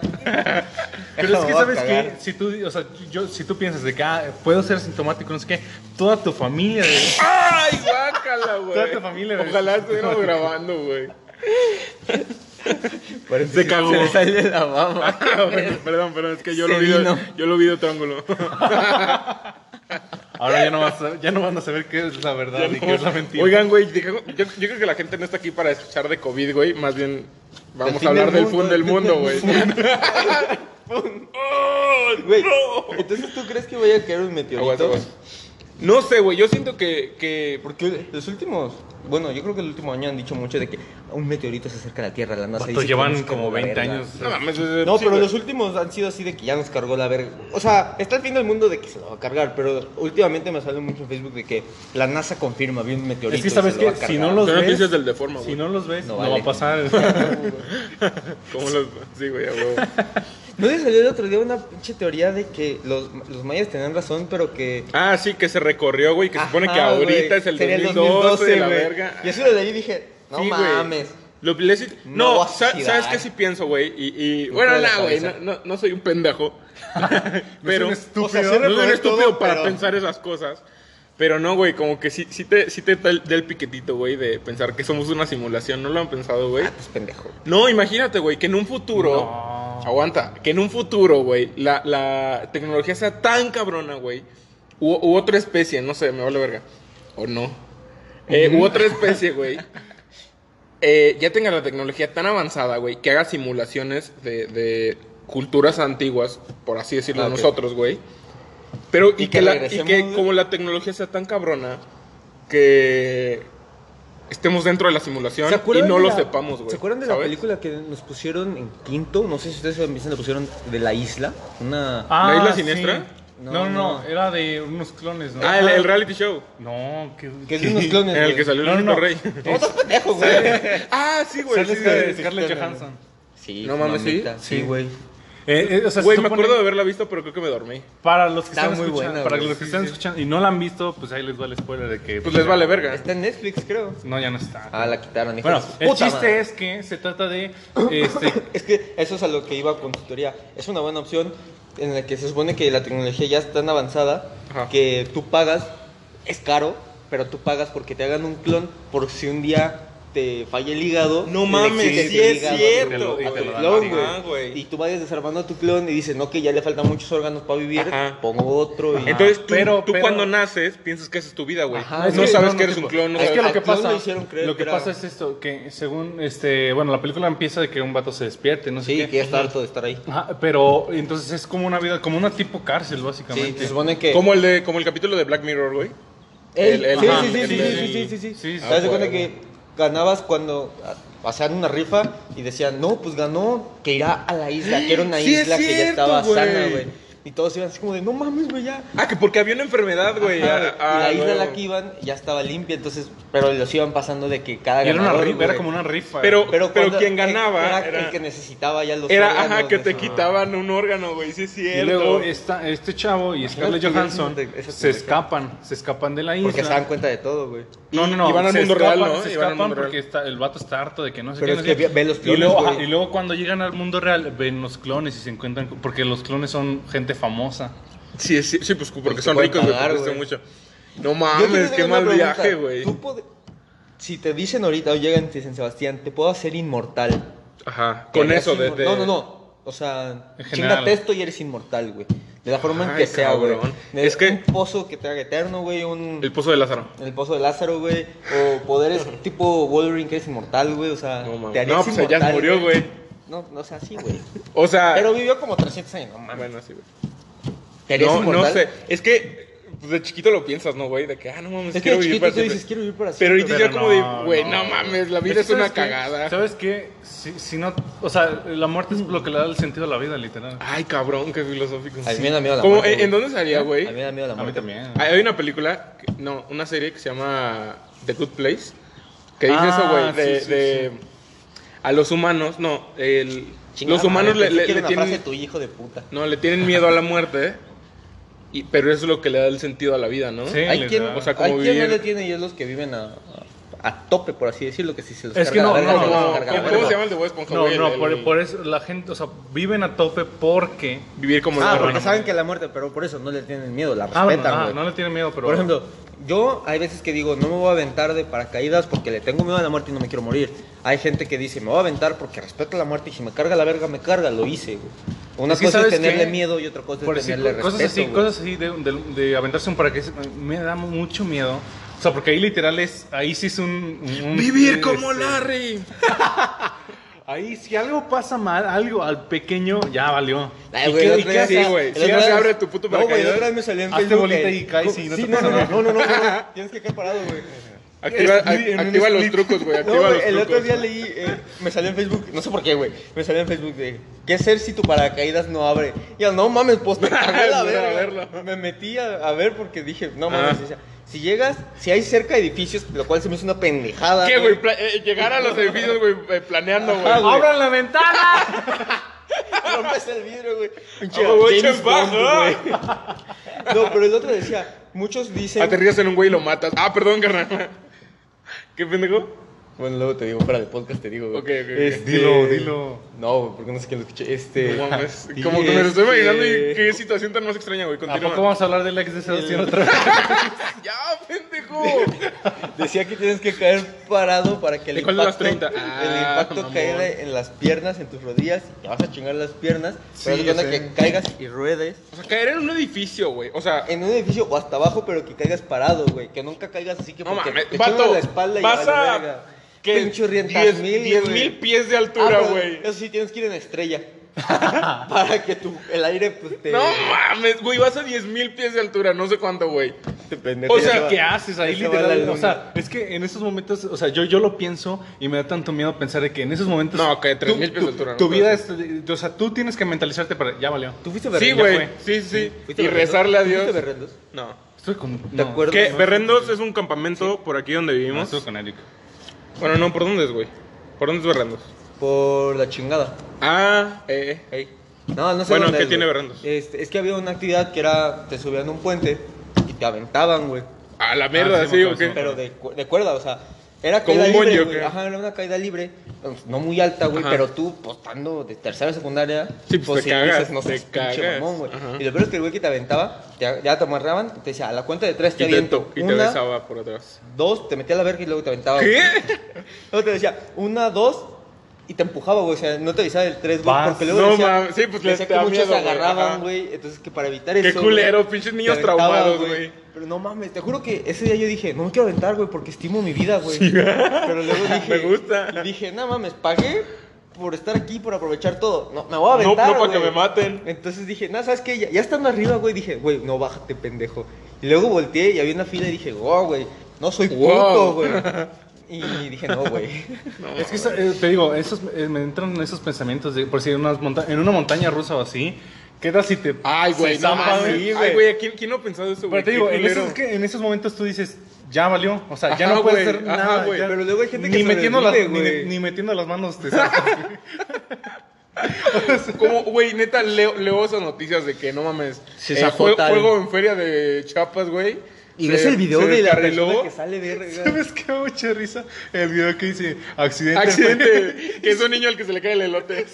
Speaker 3: Pero es
Speaker 4: Me
Speaker 3: que
Speaker 4: voy a
Speaker 3: sabes
Speaker 4: cagar.
Speaker 3: que si tú, o sea, yo, si tú piensas de que ah, puedo ser asintomático, no sé qué, toda tu familia de...
Speaker 1: ¡Ay, guácala, güey!
Speaker 3: Toda tu familia, güey.
Speaker 1: Ojalá estuviéramos grabando, güey.
Speaker 4: Parece que
Speaker 1: cagó.
Speaker 4: Se le sale la baba.
Speaker 1: perdón, perdón, es que yo lo
Speaker 4: Se
Speaker 1: vi, de-
Speaker 4: vino.
Speaker 1: yo lo vi de otro ángulo.
Speaker 3: Ahora ya no, vas a- ya no van a saber qué es la verdad y qué es la mentira.
Speaker 1: Oigan, güey, yo, yo creo que la gente no está aquí para escuchar de COVID, güey. Más bien, vamos
Speaker 4: fin
Speaker 1: a hablar
Speaker 4: del
Speaker 1: del
Speaker 4: mundo,
Speaker 1: fun del
Speaker 4: del
Speaker 1: mundo,
Speaker 4: fin
Speaker 1: güey.
Speaker 4: del Güey, entonces tú crees que voy a caer un
Speaker 1: Aguas,
Speaker 4: meteorito? Eh,
Speaker 1: aguas. No sé, güey, yo siento que... que
Speaker 4: Porque los últimos, bueno, yo creo que el último año han dicho mucho de que un meteorito se acerca a la Tierra, la NASA
Speaker 3: Vato,
Speaker 4: dice que
Speaker 3: llevan
Speaker 4: nos cargó
Speaker 3: como
Speaker 4: la
Speaker 3: 20
Speaker 4: verga.
Speaker 3: años.
Speaker 1: no mames, güey,
Speaker 4: No,
Speaker 1: sí,
Speaker 4: pero
Speaker 1: güey.
Speaker 4: los últimos han sido así de que ya nos cargó la verga. O sea, está el fin del mundo de que se lo va a cargar, pero últimamente me sale mucho en Facebook de que la NASA confirma, bien un meteorito.
Speaker 3: Es que sabes
Speaker 4: y se lo
Speaker 3: que
Speaker 4: va a
Speaker 3: si
Speaker 4: cargar.
Speaker 3: no los
Speaker 1: Son
Speaker 3: ves,
Speaker 1: noticias del de forma,
Speaker 3: si
Speaker 1: güey.
Speaker 3: no los ves,
Speaker 4: No
Speaker 3: no, va
Speaker 4: vale.
Speaker 3: a pasar.
Speaker 1: ¿Cómo los... Sí, güey, a huevo.
Speaker 4: ¿No les salió el otro día una pinche teoría de que los, los mayas tenían razón, pero que...
Speaker 1: Ah, sí, que se recorrió, güey, que se supone que
Speaker 4: Ajá,
Speaker 1: ahorita
Speaker 4: güey,
Speaker 1: es el
Speaker 4: sería
Speaker 1: 2012, de la
Speaker 4: güey.
Speaker 1: verga.
Speaker 4: Y eso de ahí dije, no
Speaker 1: Sí, güey.
Speaker 4: mames.
Speaker 1: Lo- les-
Speaker 4: No
Speaker 1: no,
Speaker 4: vas
Speaker 1: sa-
Speaker 4: a girar.
Speaker 1: ¿sabes qué sí pienso, güey? Y, y-
Speaker 4: Me
Speaker 1: bueno,
Speaker 4: duele la
Speaker 1: no, güey, no,
Speaker 4: cabeza.
Speaker 1: no- no soy un pendejo. pero
Speaker 3: un estúpido. O sea, sí
Speaker 1: no soy un
Speaker 4: reprobé
Speaker 1: estúpido
Speaker 4: todo,
Speaker 1: para
Speaker 4: pero-
Speaker 1: pensar esas cosas. Pero no, güey, como que sí, sí te, sí te da el- da el piquetito, güey, de pensar que somos una simulación. ¿No lo han pensado, güey?
Speaker 4: Pues pendejo.
Speaker 1: No, imagínate, güey, que en un futuro.
Speaker 3: No.
Speaker 1: Aguanta, que en un futuro, güey, la, la tecnología sea tan cabrona, güey. U, u otra especie, no sé, me vale verga. O no. Eh, u otra especie, güey. eh, ya tenga la tecnología tan avanzada, güey, que haga simulaciones de, de culturas antiguas, por así decirlo,
Speaker 4: Ah, ok.
Speaker 1: nosotros, güey. Pero, y,
Speaker 4: Y
Speaker 1: que
Speaker 4: que
Speaker 1: la- y
Speaker 4: regresemos,
Speaker 1: que
Speaker 4: güey.
Speaker 1: como la tecnología sea tan cabrona, que estemos dentro de la simulación y no
Speaker 4: de
Speaker 1: lo
Speaker 4: la-
Speaker 1: sepamos, güey.
Speaker 4: ¿Se acuerdan de la
Speaker 1: ¿sabes?
Speaker 4: película que nos pusieron en quinto? No sé si ustedes empiezan, la pusieron de la isla. Una...
Speaker 3: Ah,
Speaker 1: isla siniestra?
Speaker 3: sí.
Speaker 4: No,
Speaker 3: No, no,
Speaker 4: no.
Speaker 3: era de unos clones, ¿no?
Speaker 1: Ah, el, el reality show.
Speaker 3: No, que...
Speaker 4: Que es de unos clones,
Speaker 1: En el
Speaker 4: güey.
Speaker 1: que salió el
Speaker 3: No,
Speaker 1: único
Speaker 3: no, no.
Speaker 1: rey.
Speaker 4: No, estás pendejo, güey.
Speaker 1: ah, sí, güey.
Speaker 3: Sale
Speaker 1: Sí,
Speaker 3: Scar-
Speaker 1: sí, sí.
Speaker 3: Scarlett Johansson.
Speaker 4: Sí,
Speaker 1: No mames, ¿sí?
Speaker 4: mamita. Sí, güey.
Speaker 3: Eh, eh, o sea, se
Speaker 1: Güey, me
Speaker 3: supone-
Speaker 1: acuerdo de haberla visto, pero creo que me dormí.
Speaker 3: Para los que
Speaker 4: Está
Speaker 3: están
Speaker 4: muy
Speaker 3: escuchando,
Speaker 4: buena,
Speaker 3: para
Speaker 4: güey,
Speaker 3: los que
Speaker 4: sí,
Speaker 3: están
Speaker 4: sí.
Speaker 3: escuchando y no la han visto, pues ahí les va el spoiler de que
Speaker 1: Pues les vale verga.
Speaker 4: Está en Netflix, creo.
Speaker 3: No, ya no está.
Speaker 4: Ah, la quitaron. hijo
Speaker 3: bueno,
Speaker 4: de su
Speaker 3: el
Speaker 4: puta
Speaker 3: chiste
Speaker 4: madre.
Speaker 3: es que se trata de este
Speaker 4: Es que eso es a lo que iba con tu teoría. Es una buena opción en la que se supone que la tecnología ya es tan avanzada
Speaker 1: Ajá.
Speaker 4: que tú pagas, es caro, pero tú pagas porque te hagan un clon por si un día te falla el hígado.
Speaker 1: No
Speaker 4: le
Speaker 1: mames,
Speaker 4: exigen
Speaker 1: sí
Speaker 4: el
Speaker 1: es
Speaker 4: hígado
Speaker 1: cierto,
Speaker 4: a tu-
Speaker 3: güey.
Speaker 4: a tu
Speaker 3: Te lo dan
Speaker 4: clon,
Speaker 3: así.
Speaker 4: güey.
Speaker 1: Ah, güey.
Speaker 4: Y tú vayas desarmando tu clon y dices, no, que ya le faltan muchos órganos para vivir,
Speaker 1: Ajá.
Speaker 4: pongo otro. Y...
Speaker 1: Entonces tú,
Speaker 3: Pero-
Speaker 1: tú
Speaker 3: pero-
Speaker 1: cuando naces piensas que esa es tu vida, güey.
Speaker 4: Ajá,
Speaker 3: Ah,
Speaker 1: No,
Speaker 4: es que-
Speaker 1: sabes
Speaker 4: no, no,
Speaker 1: que eres
Speaker 4: tipo,
Speaker 1: un clon, no
Speaker 4: es
Speaker 3: es que
Speaker 1: sabes-
Speaker 3: lo
Speaker 4: al
Speaker 3: que
Speaker 4: clon
Speaker 3: pasa,
Speaker 4: lo hicieron creer
Speaker 3: lo
Speaker 4: que
Speaker 3: que
Speaker 4: era-
Speaker 3: pasa es esto, que según este, bueno, la película empieza de que un vato se despierte, no sé
Speaker 4: sí,
Speaker 3: qué.
Speaker 4: que ya está harto de estar ahí.
Speaker 3: Ajá, pero entonces es como una vida, como una tipo cárcel
Speaker 4: Sí,
Speaker 3: básicamente.
Speaker 4: se supone que...
Speaker 1: Como el de, como el capítulo de Black Mirror, güey. El- el-
Speaker 4: sí,
Speaker 1: ajá,
Speaker 4: sí, sí,
Speaker 1: el- el-
Speaker 4: sí, sí, sí, sí, sí,
Speaker 3: sí, sí.
Speaker 4: ¿Te das
Speaker 1: Ah,
Speaker 4: cuenta
Speaker 1: bueno.
Speaker 4: que ganabas cuando ah, hacían una rifa y decían, no, pues ganó, que irá a la isla, que era una
Speaker 1: Sí, es
Speaker 4: isla que ya
Speaker 1: cierto,
Speaker 4: estaba sana,
Speaker 1: güey.
Speaker 4: güey. Y todos iban así como de, no mames, güey, ya.
Speaker 1: Ah, que porque había una enfermedad, güey.
Speaker 4: Ajá,
Speaker 1: Ah,
Speaker 4: y
Speaker 1: ah,
Speaker 4: la isla a
Speaker 1: güey.
Speaker 4: la que iban ya estaba limpia, entonces, pero los iban pasando de que cada
Speaker 3: Y era, una
Speaker 4: ganador,
Speaker 3: rifa, era
Speaker 4: güey.
Speaker 3: como una rifa.
Speaker 1: Pero-
Speaker 3: güey.
Speaker 1: pero quien
Speaker 4: eh,
Speaker 1: ganaba
Speaker 4: era,
Speaker 1: era-
Speaker 4: el que necesitaba ya los
Speaker 1: Era,
Speaker 4: órganos
Speaker 1: ajá, que
Speaker 4: de
Speaker 1: te
Speaker 4: su-
Speaker 1: quitaban un órgano, güey. Sí, es
Speaker 3: y
Speaker 1: cierto.
Speaker 3: luego esta, este chavo y Scarlett
Speaker 4: que
Speaker 3: Johansson
Speaker 4: esa te- esa
Speaker 3: se
Speaker 4: te-
Speaker 3: escapan, se escapan de la isla.
Speaker 4: Porque se dan cuenta de todo, güey.
Speaker 3: No, no, no.
Speaker 1: Y van al
Speaker 3: se
Speaker 1: mundo
Speaker 3: escapan,
Speaker 1: real, ¿no?
Speaker 3: Se
Speaker 1: Y van al
Speaker 3: escapan
Speaker 1: mundo
Speaker 3: porque
Speaker 1: real.
Speaker 3: está- el vato está harto de que no sé
Speaker 4: Pero
Speaker 3: qué.
Speaker 4: es
Speaker 3: no sé
Speaker 4: que
Speaker 3: qué.
Speaker 4: ve- ve los
Speaker 3: y,
Speaker 4: clones,
Speaker 3: luego,
Speaker 4: güey.
Speaker 3: ajá, y luego cuando llegan al mundo real ven los clones y se encuentran. con- Porque los clones son gente famosa.
Speaker 1: Sí, sí, sí, pues porque
Speaker 4: te
Speaker 1: son
Speaker 4: pueden
Speaker 1: ricos, güey.
Speaker 4: pagar,
Speaker 1: porque cuestan
Speaker 4: güey.
Speaker 1: mucho. No
Speaker 4: Yo te
Speaker 1: mames,
Speaker 4: tengo
Speaker 1: qué
Speaker 4: una
Speaker 1: mal
Speaker 4: pregunta.
Speaker 1: viaje, güey.
Speaker 4: Tú pod- Si te dicen ahorita, o llegan y te dicen, Sebastián, te puedo hacer inmortal.
Speaker 1: Ajá, con
Speaker 4: Eres
Speaker 1: eso de,
Speaker 4: inmor-
Speaker 1: de-
Speaker 4: No, no, no. O sea,
Speaker 3: En general.
Speaker 4: chingate esto y eres inmortal, güey. De la forma en
Speaker 1: Ay,
Speaker 4: que sea, güey.
Speaker 1: cabrón.
Speaker 4: De-
Speaker 1: Es que-
Speaker 4: Un pozo que te haga eterno, güey. Un...
Speaker 1: El
Speaker 4: El...
Speaker 1: pozo de Lázaro.
Speaker 4: pozo de Lázaro, güey. O poderes tipo Wolverine que eres inmortal, güey. O sea,
Speaker 1: No mames.
Speaker 4: Ah, te harías
Speaker 1: No, pues,
Speaker 4: inmortal.
Speaker 1: ya se murió, güey. Ah.
Speaker 4: No, no sea así, güey.
Speaker 1: O sea. ah,
Speaker 4: Pero vivió como 300 años, no mames.
Speaker 1: Bueno, sí, güey.
Speaker 4: ¿Te harías
Speaker 1: No, no
Speaker 4: inmortal?
Speaker 1: sé. Es que pues, de chiquito lo piensas, ¿no, güey? De que, ah, no mames,
Speaker 4: Es que
Speaker 1: quiero
Speaker 4: de
Speaker 1: vivir
Speaker 4: chiquito
Speaker 1: para
Speaker 4: tú
Speaker 1: siempre.
Speaker 4: dices, quiero vivir para
Speaker 1: Pero
Speaker 4: siempre.
Speaker 1: ahorita ya como de, güey, no,
Speaker 3: no.
Speaker 1: mames, la vida
Speaker 3: Es
Speaker 1: es,
Speaker 3: que
Speaker 1: una
Speaker 3: ¿sabes qué?
Speaker 1: cagada.
Speaker 3: ¿Sabes qué? Si, si no, o sea, la muerte es lo que le da el sentido a la vida, literal.
Speaker 1: Ay, cabrón, qué filosófico.
Speaker 4: A mí me da miedo la
Speaker 1: ¿Cómo,
Speaker 4: muerte,
Speaker 1: eh,
Speaker 4: güey. Ah,
Speaker 1: ¿En dónde salía, güey? Ah,
Speaker 4: A mí me da miedo la
Speaker 3: A mí
Speaker 4: muerte.
Speaker 3: también.
Speaker 1: Hay hay una película, que- no, una serie que se llama The Good Place, que dice
Speaker 3: Ah,
Speaker 1: eso, güey, de,
Speaker 3: sí, sí,
Speaker 1: de- a los humanos, no, el,
Speaker 4: Chingada
Speaker 1: los humanos le,
Speaker 4: madre,
Speaker 1: le-
Speaker 4: pensé que era
Speaker 1: le
Speaker 4: una
Speaker 1: tienen,
Speaker 4: frase de tu hijo de puta.
Speaker 1: no, le tienen miedo a la muerte, y, pero eso es lo que le da el sentido a la vida, ¿no?
Speaker 3: Sí.
Speaker 4: Hay
Speaker 3: les
Speaker 4: quien,
Speaker 3: da.
Speaker 1: O sea, como
Speaker 4: hay quien no
Speaker 1: vivir-
Speaker 4: le tiene y es los que viven a, a, a tope, por así decirlo, que si se los
Speaker 3: Es
Speaker 4: carga
Speaker 3: que no,
Speaker 4: la verga,
Speaker 3: no,
Speaker 4: se los
Speaker 1: no,
Speaker 4: carga la
Speaker 1: ¿cómo
Speaker 4: verga.
Speaker 1: se llama el de Bob Esponja,
Speaker 3: No,
Speaker 1: güey? El-
Speaker 3: no,
Speaker 1: el-
Speaker 3: por, por eso la gente, o sea, viven a tope porque.
Speaker 1: Vivir como
Speaker 4: Ah,
Speaker 1: el
Speaker 4: porque
Speaker 1: marrano.
Speaker 4: saben que la muerte, pero por eso no le tienen miedo, la
Speaker 3: Ah, bueno,
Speaker 4: respetan,
Speaker 3: ah,
Speaker 4: güey.
Speaker 3: no le tienen miedo, pero.
Speaker 4: Por ejemplo, yo hay veces que digo, no me voy a aventar de paracaídas porque le tengo miedo a la muerte y no me quiero morir. Hay gente que dice, me voy a aventar porque respeto la muerte y si me carga la verga, me carga, lo hice, güey. Una
Speaker 3: Es que
Speaker 4: cosa es
Speaker 3: ¿sabes
Speaker 4: tenerle
Speaker 3: qué?
Speaker 4: miedo y otra cosa
Speaker 3: Por
Speaker 4: es
Speaker 3: decir,
Speaker 4: tenerle
Speaker 3: cosas
Speaker 4: respeto,
Speaker 3: así,
Speaker 4: güey.
Speaker 3: cosas así de, de- de aventarse un paracaídas me da mucho miedo. O sea, porque ahí literal es, ahí sí es un... un-
Speaker 1: Vivir
Speaker 3: eh,
Speaker 1: como
Speaker 3: este,
Speaker 1: Larry.
Speaker 3: Ahí si algo pasa mal, algo al pequeño, ya valió.
Speaker 4: Ay,
Speaker 3: ¿Y
Speaker 4: güey,
Speaker 3: qué-
Speaker 4: el
Speaker 3: y
Speaker 4: otro
Speaker 3: qué
Speaker 4: día-
Speaker 3: haces?
Speaker 1: sí, güey.
Speaker 4: el
Speaker 1: Si
Speaker 4: otro
Speaker 1: ya se
Speaker 4: día-
Speaker 1: abre tu puto
Speaker 4: No, güey,
Speaker 1: paracaídas,
Speaker 4: la otra vez me salió en
Speaker 3: hazte
Speaker 4: Facebook
Speaker 3: bolita
Speaker 4: el-
Speaker 3: y caes y no
Speaker 4: sí,
Speaker 3: te
Speaker 4: no,
Speaker 3: pasa
Speaker 4: no, no,
Speaker 3: nada.
Speaker 4: no, no, no, no, Tienes que quedar parado, güey.
Speaker 1: Activa,
Speaker 3: Es- en un
Speaker 1: ac- activa los
Speaker 3: split.
Speaker 1: trucos, güey,
Speaker 4: No,
Speaker 1: activa
Speaker 4: güey,
Speaker 1: los
Speaker 4: el otro
Speaker 1: trucos.
Speaker 4: día leí, eh, me salió en Facebook, no sé por qué, güey, me salió en Facebook de, ¿qué hacer si tu paracaídas no abre? Y yo, no mames, pues me cagó la
Speaker 1: No,
Speaker 4: verga.
Speaker 1: a verlo.
Speaker 4: Me metí a, a ver porque dije, no mames,
Speaker 1: Ah.
Speaker 4: o sea, si llegas, si hay cerca edificios, lo cual se me hizo una pendejada.
Speaker 1: ¿Qué, güey? Pla- eh, llegar a los edificios, güey, eh, planeando, güey.
Speaker 4: Ajá, güey.
Speaker 3: ¡Abran la ventana!
Speaker 4: Rompes el vidrio, güey. Pinche
Speaker 1: Ah, güey,
Speaker 4: James
Speaker 1: echen
Speaker 4: Bond,
Speaker 1: baja.
Speaker 4: güey. No, pero el otro decía, muchos dicen...
Speaker 1: Ah, Aterrizas en un güey y lo matas. Ah, perdón, carnal. ¿Qué pendejo?
Speaker 4: Bueno, luego te digo, fuera de podcast te digo, güey. Este,
Speaker 1: Ok, ok, ok.
Speaker 3: Dilo, dilo.
Speaker 4: No, güey, porque no sé quién lo escuché. Este.
Speaker 1: No mames.
Speaker 4: y
Speaker 1: Como que me lo estoy
Speaker 4: este-
Speaker 1: imaginando y qué situación tan más extraña, güey.
Speaker 3: ¿A poco
Speaker 1: Continúa.
Speaker 3: vamos a hablar del ex de Sebastián otra vez?
Speaker 1: Ya, pendejo.
Speaker 4: Decía que tienes que caer parado para que el
Speaker 1: ¿De cuál de las 30?
Speaker 4: impacto, el
Speaker 1: Ah,
Speaker 4: impacto
Speaker 1: mamón.
Speaker 4: caiga en las piernas, en tus rodillas. y Te vas a chingar las piernas. pero
Speaker 3: Sí,
Speaker 4: haz de
Speaker 3: ya
Speaker 4: cuenta
Speaker 3: sé.
Speaker 4: que caigas y ruedes
Speaker 1: O sea, caer en un edificio, güey. O sea,
Speaker 4: en un edificio o hasta abajo, pero que caigas parado, güey. Que nunca caigas así que
Speaker 1: no
Speaker 4: porque
Speaker 1: mames.
Speaker 4: te chingas
Speaker 1: Vato,
Speaker 4: la espalda y
Speaker 1: vas
Speaker 4: vale
Speaker 1: a...
Speaker 4: verga.
Speaker 1: ¿qué?
Speaker 4: Pinche rientas
Speaker 1: Diez-
Speaker 4: mil,
Speaker 1: diez
Speaker 4: güey.
Speaker 1: mil pies de
Speaker 4: Ah,
Speaker 1: altura,
Speaker 4: pero
Speaker 1: güey.
Speaker 4: Eso sí, tienes que ir en estrella. para que tu, el aire pues, te.
Speaker 1: No mames, güey. Vas a 10 mil pies de altura. No sé cuánto, güey.
Speaker 4: te pendeje.
Speaker 1: O
Speaker 3: O sea,
Speaker 1: sea,
Speaker 3: ¿qué haces ahí
Speaker 4: se va la
Speaker 3: literal?
Speaker 4: luna.
Speaker 3: O sea, es que en esos momentos, o sea, yo, yo lo pienso y me da tanto miedo pensar de que en esos momentos.
Speaker 1: No, que
Speaker 3: tú-
Speaker 1: 3,000 pies de
Speaker 3: tu-
Speaker 1: altura, ¿no?
Speaker 3: Tu vida es. O sea, tú tienes que mentalizarte para. Ya valió.
Speaker 4: ¿Tú fuiste
Speaker 1: Sí,
Speaker 4: berrendos?
Speaker 1: güey.
Speaker 3: fue.
Speaker 1: Sí, sí.
Speaker 4: ¿Fuiste
Speaker 1: Y
Speaker 4: berrendos?
Speaker 1: rezarle a
Speaker 4: ¿Tú fuiste
Speaker 1: Dios.
Speaker 4: berrendos?
Speaker 1: No.
Speaker 3: Estoy con.
Speaker 4: ¿Te
Speaker 3: no,
Speaker 4: acuerdas?
Speaker 1: ¿Qué? Berrendos es un campamento por aquí donde
Speaker 4: Ah,
Speaker 3: no,
Speaker 1: vivimos.
Speaker 3: estuve con Eric.
Speaker 1: Bueno, no, ¿por dónde es, güey? ¿Por dónde es Berrendos?
Speaker 4: Por la chingada.
Speaker 1: Ah, eh.
Speaker 4: Ey. No, no sé
Speaker 2: Bueno,
Speaker 4: dónde
Speaker 2: ¿qué
Speaker 4: es,
Speaker 2: tiene
Speaker 4: güey.
Speaker 2: Berrandos?
Speaker 4: Este, es que había una actividad que era, te subían a un puente y te aventaban, güey.
Speaker 1: A
Speaker 4: Ah,
Speaker 1: la mierda,
Speaker 3: sí,
Speaker 1: sí,
Speaker 3: me
Speaker 1: ¿o
Speaker 3: acuerdo,
Speaker 1: qué?
Speaker 4: Pero de, cu- de cuerda, o sea, era
Speaker 1: Como
Speaker 4: caída
Speaker 1: un bungee,
Speaker 4: libre,
Speaker 1: ¿o
Speaker 4: güey.
Speaker 1: qué?
Speaker 4: Ajá, era una caída libre, pues, no muy alta, güey,
Speaker 1: Ajá.
Speaker 4: pero tú, pues, estando de tercera a secundaria,
Speaker 1: Sí, pues, te cagas, te
Speaker 4: seas pinche
Speaker 1: cagas.
Speaker 4: mamón, güey.
Speaker 1: Ajá.
Speaker 4: Y lo peor es que el güey que te aventaba, te- ya te amarraban, te decía, a la cuenta de tres te
Speaker 1: Y te,
Speaker 4: aviento.
Speaker 1: y te
Speaker 4: una,
Speaker 1: besaba por atrás.
Speaker 4: dos, te metía a la verga y luego te aventaba.
Speaker 1: ¿Qué?
Speaker 4: güey. Luego te decía, una, dos, y te empujaba, güey. O sea, no te avisaba del tres, güey.
Speaker 3: Vas.
Speaker 4: Porque luego
Speaker 1: No
Speaker 4: decía,
Speaker 1: mames, sí, pues, les
Speaker 4: decía que
Speaker 1: da
Speaker 4: muchos
Speaker 1: miedo,
Speaker 4: se
Speaker 1: güey, ajá.
Speaker 4: agarraban, güey. Entonces, que para evitar
Speaker 1: Qué
Speaker 4: eso.
Speaker 1: culero,
Speaker 4: güey,
Speaker 1: pinches
Speaker 4: te
Speaker 1: niños
Speaker 4: aventaba,
Speaker 1: traumados, güey.
Speaker 4: Pero no mames, te juro que ese día yo dije, no me quiero aventar, güey, porque estimo mi vida, güey. Pero luego dije,
Speaker 1: Me gusta.
Speaker 4: Dije, no mames, pagué por estar aquí, por aprovechar todo. No, me voy a
Speaker 1: No, no
Speaker 4: aventar.
Speaker 1: para que
Speaker 4: güey.
Speaker 1: me maten.
Speaker 4: Entonces dije, no, ¿sabes qué? Ya, ya estando arriba, güey, dije, güey, no, bájate, pendejo. Y luego volteé y había una fila y dije, wow, güey, no soy
Speaker 1: Wow.
Speaker 4: puto, güey. Y dije, no, güey.
Speaker 3: Es que esa- eh, te digo, esos, eh, me entran esos pensamientos de, por si en, unas monta- en una montaña rusa o así, ¿qué tal si te...
Speaker 1: Ay, güey,
Speaker 3: se
Speaker 1: no
Speaker 3: zampa,
Speaker 1: mames.
Speaker 3: güey?
Speaker 1: Ay, güey, ¿a ¿quién, ¿quién no ha pensado eso, güey?
Speaker 3: Pero te digo,
Speaker 1: Qué
Speaker 3: en esos,
Speaker 1: culero.
Speaker 3: es que en esos momentos tú dices, ya valió, o sea, ya
Speaker 1: Ajá,
Speaker 3: no puedes
Speaker 1: güey,
Speaker 3: hacer
Speaker 1: ajá,
Speaker 3: nada.
Speaker 1: güey.
Speaker 3: ya.
Speaker 4: Pero luego hay gente
Speaker 3: ni
Speaker 4: que
Speaker 3: metiendo las,
Speaker 4: sobrevive,
Speaker 3: ni,
Speaker 4: güey.
Speaker 3: ni metiendo las manos te sacas.
Speaker 1: Como, güey, neta, leo, leo esas noticias de que no mames.
Speaker 4: Se
Speaker 1: eh,
Speaker 4: zafó
Speaker 1: jue-
Speaker 4: tal.
Speaker 1: juego en feria de Chiapas, güey.
Speaker 4: Y
Speaker 1: se-
Speaker 4: ves el video
Speaker 1: se
Speaker 4: de la
Speaker 1: descarriló.
Speaker 4: persona que sale verga.
Speaker 3: ¿Sabes qué? Mucha risa. El video que dice, accidente.
Speaker 1: Accidente, que es un niño al que se le cae el elote.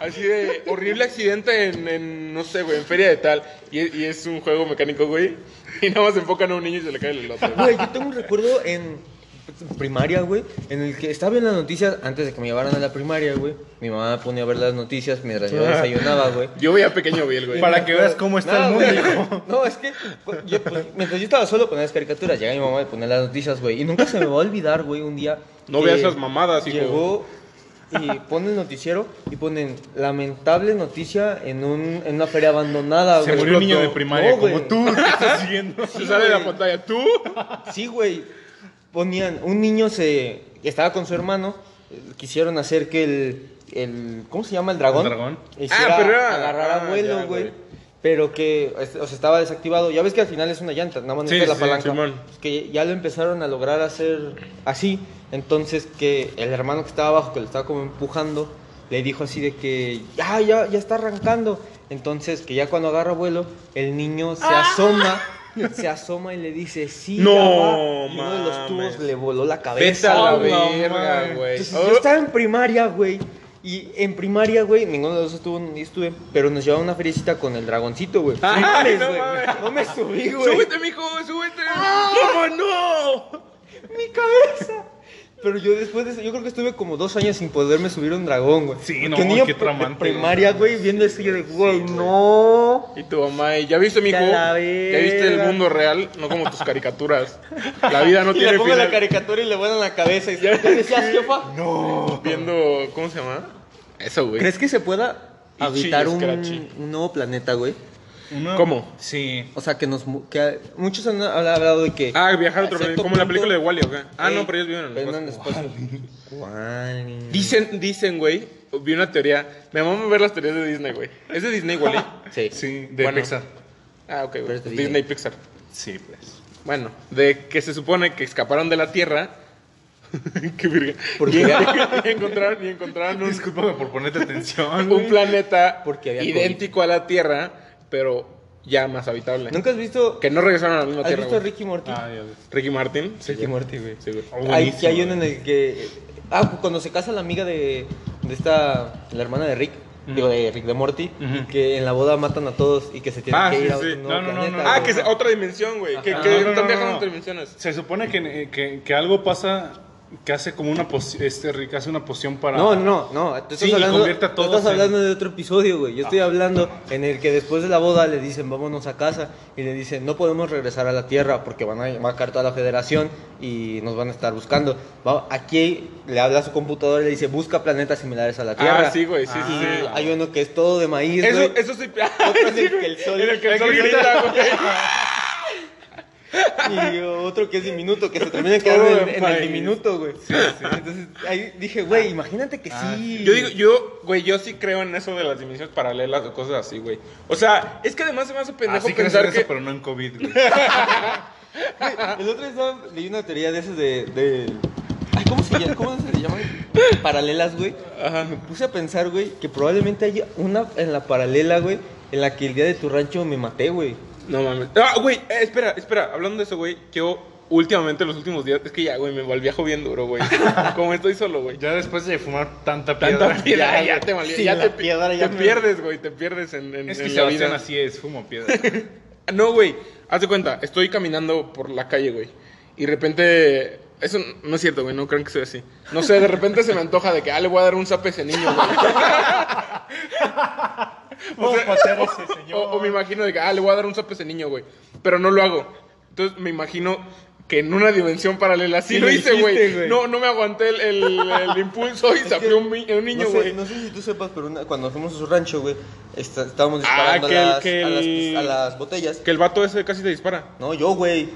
Speaker 1: Así de horrible accidente en, en, no sé, güey, en feria de tal. Y, es- y es un juego mecánico, güey. Y nada más enfocan a un niño y se le cae el elote. güey.
Speaker 4: Güey, yo tengo un recuerdo en primaria, güey, en el que estaba viendo las noticias antes de que me llevaran a la primaria, güey. Mi mamá me ponía a ver las noticias mientras yo desayunaba, güey.
Speaker 1: Yo veía pequeño Bill, güey.
Speaker 3: Para que veas cómo está
Speaker 4: No,
Speaker 3: el
Speaker 4: güey,
Speaker 3: mundo. hijo.
Speaker 4: No, es que pues, yo, pues, mientras yo estaba solo ponía las caricaturas, llega mi mamá y ponía las noticias, güey. Y nunca se me va a olvidar, güey, un día.
Speaker 1: No
Speaker 4: que
Speaker 1: veas esas mamadas, hijo.
Speaker 4: Llegó y pone el noticiero y ponen lamentable noticia en, un, en una feria abandonada,
Speaker 3: Se
Speaker 4: güey.
Speaker 3: murió un niño de
Speaker 4: No,
Speaker 3: primaria, como
Speaker 4: güey.
Speaker 3: tú, que estás siguiendo.
Speaker 1: Se sale de la
Speaker 4: güey.
Speaker 1: pantalla. ¿Tú?
Speaker 4: Sí, güey. Ponían, un niño se estaba con su hermano, eh, quisieron hacer que el, el ¿cómo se llama? El dragón.
Speaker 3: El dragón.
Speaker 4: Hiciera,
Speaker 1: Ah, pero era-
Speaker 4: agarrara
Speaker 1: ah, ya,
Speaker 4: vuelo,
Speaker 1: güey.
Speaker 4: güey. Pero que, es- o sea, estaba desactivado. Ya ves que al final es una llanta, nada más
Speaker 1: Sí,
Speaker 4: necesitas
Speaker 1: sí,
Speaker 4: la palanca.
Speaker 1: Simón.
Speaker 4: Que ya lo empezaron a lograr hacer así. Entonces que el hermano que estaba abajo, que lo estaba como empujando, le dijo así de que, ya, ya, ya está arrancando. Entonces que ya cuando agarra vuelo, el niño se
Speaker 1: Ah.
Speaker 4: asoma. Se asoma y le dice, sí, ya
Speaker 1: No,
Speaker 4: va". Y uno de los
Speaker 1: mames.
Speaker 4: tubos le voló la
Speaker 1: Vete
Speaker 4: cabeza.
Speaker 1: a la
Speaker 4: güey.
Speaker 1: verga,
Speaker 3: madre.
Speaker 1: güey.
Speaker 4: Entonces,
Speaker 1: Oh.
Speaker 4: yo estaba en primaria, güey. Y en primaria, güey, ninguno de los dos estuvo, ni estuve, pero nos llevaba una feriecita con el dragoncito, güey.
Speaker 1: Ay,
Speaker 4: No mames,
Speaker 1: no
Speaker 4: güey.
Speaker 1: mames.
Speaker 4: No me subí, güey.
Speaker 1: Súbete, mijo, súbete. ¿Cómo no?
Speaker 4: mi cabeza. Pero yo después de eso, yo creo que estuve como dos años sin poderme subir a un dragón, güey.
Speaker 3: Sí,
Speaker 4: Porque
Speaker 3: no,
Speaker 4: un niño
Speaker 3: qué
Speaker 4: pr-
Speaker 3: traumante,
Speaker 4: de primaria, güey, viendo eso, yo de, güey, no.
Speaker 1: Y tu mamá, ¿y ¿ya viste, mijo?
Speaker 4: Ya la
Speaker 1: ¿Ya viste el
Speaker 4: verga.
Speaker 1: mundo real? No como tus caricaturas. La vida no
Speaker 4: y le
Speaker 1: tiene
Speaker 4: pongo la
Speaker 1: final.
Speaker 4: caricatura y le vuelan la cabeza. Y ¿qué decías, jefa?
Speaker 1: Viendo, ¿cómo se llama? Eso, güey.
Speaker 4: ¿Crees que se pueda
Speaker 1: Y
Speaker 4: habitar
Speaker 1: chilles,
Speaker 4: un,
Speaker 1: crachi.
Speaker 4: un nuevo planeta, güey?
Speaker 3: Uno-
Speaker 1: ¿Cómo?
Speaker 3: Sí.
Speaker 4: O sea, que nos... mu- Que muchos han hablado de que... Eh,
Speaker 1: Ah, viajar a otro
Speaker 4: A
Speaker 1: planeta,
Speaker 4: cierto
Speaker 1: como la
Speaker 4: punto-
Speaker 1: película de Wally, ¿ok? Ah,
Speaker 4: Ey,
Speaker 1: no, pero ellos viven en
Speaker 4: pero
Speaker 1: el
Speaker 4: no en
Speaker 1: espacio.
Speaker 4: espacio. Wally.
Speaker 1: Dicen, dicen, güey, vi una teoría. Me vamos a ver las teorías de Disney, güey. ¿Es de Disney, Wally?
Speaker 4: Sí.
Speaker 3: Sí, de
Speaker 1: Bueno.
Speaker 3: Pixar.
Speaker 1: Ah, ok,
Speaker 4: Pero
Speaker 1: güey.
Speaker 4: es de
Speaker 1: Disney.
Speaker 4: Disney.
Speaker 1: Pixar.
Speaker 3: Sí, pues.
Speaker 1: Bueno, de que se supone que escaparon de la Tierra. Qué virgen.
Speaker 4: ¿Por
Speaker 1: y,
Speaker 4: qué?
Speaker 1: y encontraron, y encontraron un,
Speaker 3: Discúlpame por ponerte atención.
Speaker 1: un planeta
Speaker 4: Porque había
Speaker 1: idéntico a la Tierra, pero ya más habitable.
Speaker 4: ¿Nunca has visto...
Speaker 1: Que no regresaron a la misma
Speaker 4: ¿Has
Speaker 1: Tierra.
Speaker 4: visto
Speaker 1: güey.
Speaker 4: Ricky Morty?
Speaker 3: Ah, ya ves.
Speaker 1: Ricky Martin. Sí,
Speaker 4: Ricky
Speaker 1: güey.
Speaker 4: Morty, güey.
Speaker 1: Sí, güey.
Speaker 3: Oh,
Speaker 4: Hay, que hay
Speaker 3: buenísimo.
Speaker 4: uno en el que... Ah, cuando se casa la amiga de... De esta... La hermana de Rick. Digo, de Rick de Morty.
Speaker 3: Ujú.
Speaker 4: Que en la boda matan a todos y que se tienen
Speaker 1: Ah,
Speaker 4: que
Speaker 1: sí,
Speaker 4: ir a
Speaker 1: sí.
Speaker 4: otro nuevo
Speaker 3: No, no, no,
Speaker 4: planeta,
Speaker 3: no.
Speaker 4: güey.
Speaker 1: Ah, que es otra dimensión, güey. Que,
Speaker 4: Ajá.
Speaker 1: que
Speaker 3: Ah, No, no,
Speaker 1: están
Speaker 3: no,
Speaker 1: viajando
Speaker 3: no.
Speaker 1: entre dimensiones.
Speaker 3: Se supone que, eh, que, que algo pasa que hace como una poción, este Rick hace una poción para...
Speaker 4: No, no, no. Tú estás,
Speaker 3: Sí, y
Speaker 4: hablando,
Speaker 3: convierte a
Speaker 4: tú
Speaker 3: todos
Speaker 4: estás
Speaker 3: en-
Speaker 4: hablando de otro episodio, güey. Yo estoy
Speaker 1: Ah.
Speaker 4: hablando en el que después de la boda le dicen vámonos a casa y le dicen no podemos regresar a la tierra porque van a marcar toda la federación y nos van a estar buscando. Va- Aquí le habla a su computadora y le dice busca planetas similares a la tierra.
Speaker 1: Ah, sí, güey. Sí, sí,
Speaker 4: Y
Speaker 1: sí.
Speaker 4: hay uno que es todo de maíz,
Speaker 1: Eso,
Speaker 4: güey.
Speaker 1: eso sí.
Speaker 4: Otro en
Speaker 1: sí,
Speaker 4: el
Speaker 1: güey.
Speaker 4: que el sol-
Speaker 1: En el que el sol
Speaker 4: el que
Speaker 1: grita, güey.
Speaker 4: Y otro que es diminuto, que se termina quedando
Speaker 1: Todo
Speaker 4: en,
Speaker 1: de
Speaker 4: en el
Speaker 1: maíz.
Speaker 4: diminuto, güey. Entonces ahí dije, güey, imagínate que sí.
Speaker 1: Ah, Yo digo, yo, güey, yo sí creo en eso de las dimensiones paralelas o cosas así, güey. O sea, es que además se me hace pendejo
Speaker 3: Así
Speaker 1: pensar
Speaker 3: que...
Speaker 1: que.
Speaker 3: pero no Ah, en COVID, güey.
Speaker 4: El otro día estaba- leí una teoría de esas de, de- Ay, ¿Cómo se, llama- ¿Cómo se le llaman? Paralelas, güey.
Speaker 1: Ajá.
Speaker 4: Me puse a pensar, güey, que probablemente haya una en la paralela, güey, en la que el día de tu rancho me maté, güey.
Speaker 1: No mames. Ah, güey, eh, espera, espera. Hablando de eso, güey, yo últimamente, los últimos días, es que ya, güey, me volví a bien duro, güey. Como estoy solo, güey.
Speaker 3: Ya después de fumar tanta piedra.
Speaker 1: Tanta piedra, ya,
Speaker 3: güey.
Speaker 1: te valía,
Speaker 3: Sin
Speaker 1: ya
Speaker 3: la
Speaker 1: te,
Speaker 3: piedra ya
Speaker 1: te
Speaker 3: me-
Speaker 1: pierdes, güey, te pierdes en, en-
Speaker 3: Es
Speaker 1: en la
Speaker 3: que Sebastián
Speaker 1: vida.
Speaker 3: así es, fumo piedra.
Speaker 1: No, güey, haz de cuenta, estoy caminando por la calle, güey, y de repente, eso n- no es cierto, güey, no crean que soy así. No sé, de repente se me antoja de que, ah, le voy a dar un zape a ese niño, güey.
Speaker 3: O sea,
Speaker 1: O, o me imagino de que, ah, le voy a dar un zape a ese niño, güey. Pero no lo hago. Entonces me imagino que en una dimensión paralela sí,
Speaker 4: Sí
Speaker 1: lo
Speaker 4: lo
Speaker 1: hice,
Speaker 4: hiciste,
Speaker 1: güey.
Speaker 4: güey.
Speaker 1: No, no me aguanté el, el- el impulso y sapeé a un, mi- a un niño,
Speaker 4: no sé,
Speaker 1: güey.
Speaker 4: No sé si tú sepas, pero una- cuando fuimos a su rancho, güey, está- estábamos
Speaker 1: Ah,
Speaker 4: disparando
Speaker 1: que
Speaker 4: a,
Speaker 1: el-
Speaker 4: las,
Speaker 1: que
Speaker 4: a las-
Speaker 1: el-
Speaker 4: a las botellas.
Speaker 1: Que el vato ese casi te dispara.
Speaker 4: No, yo, güey.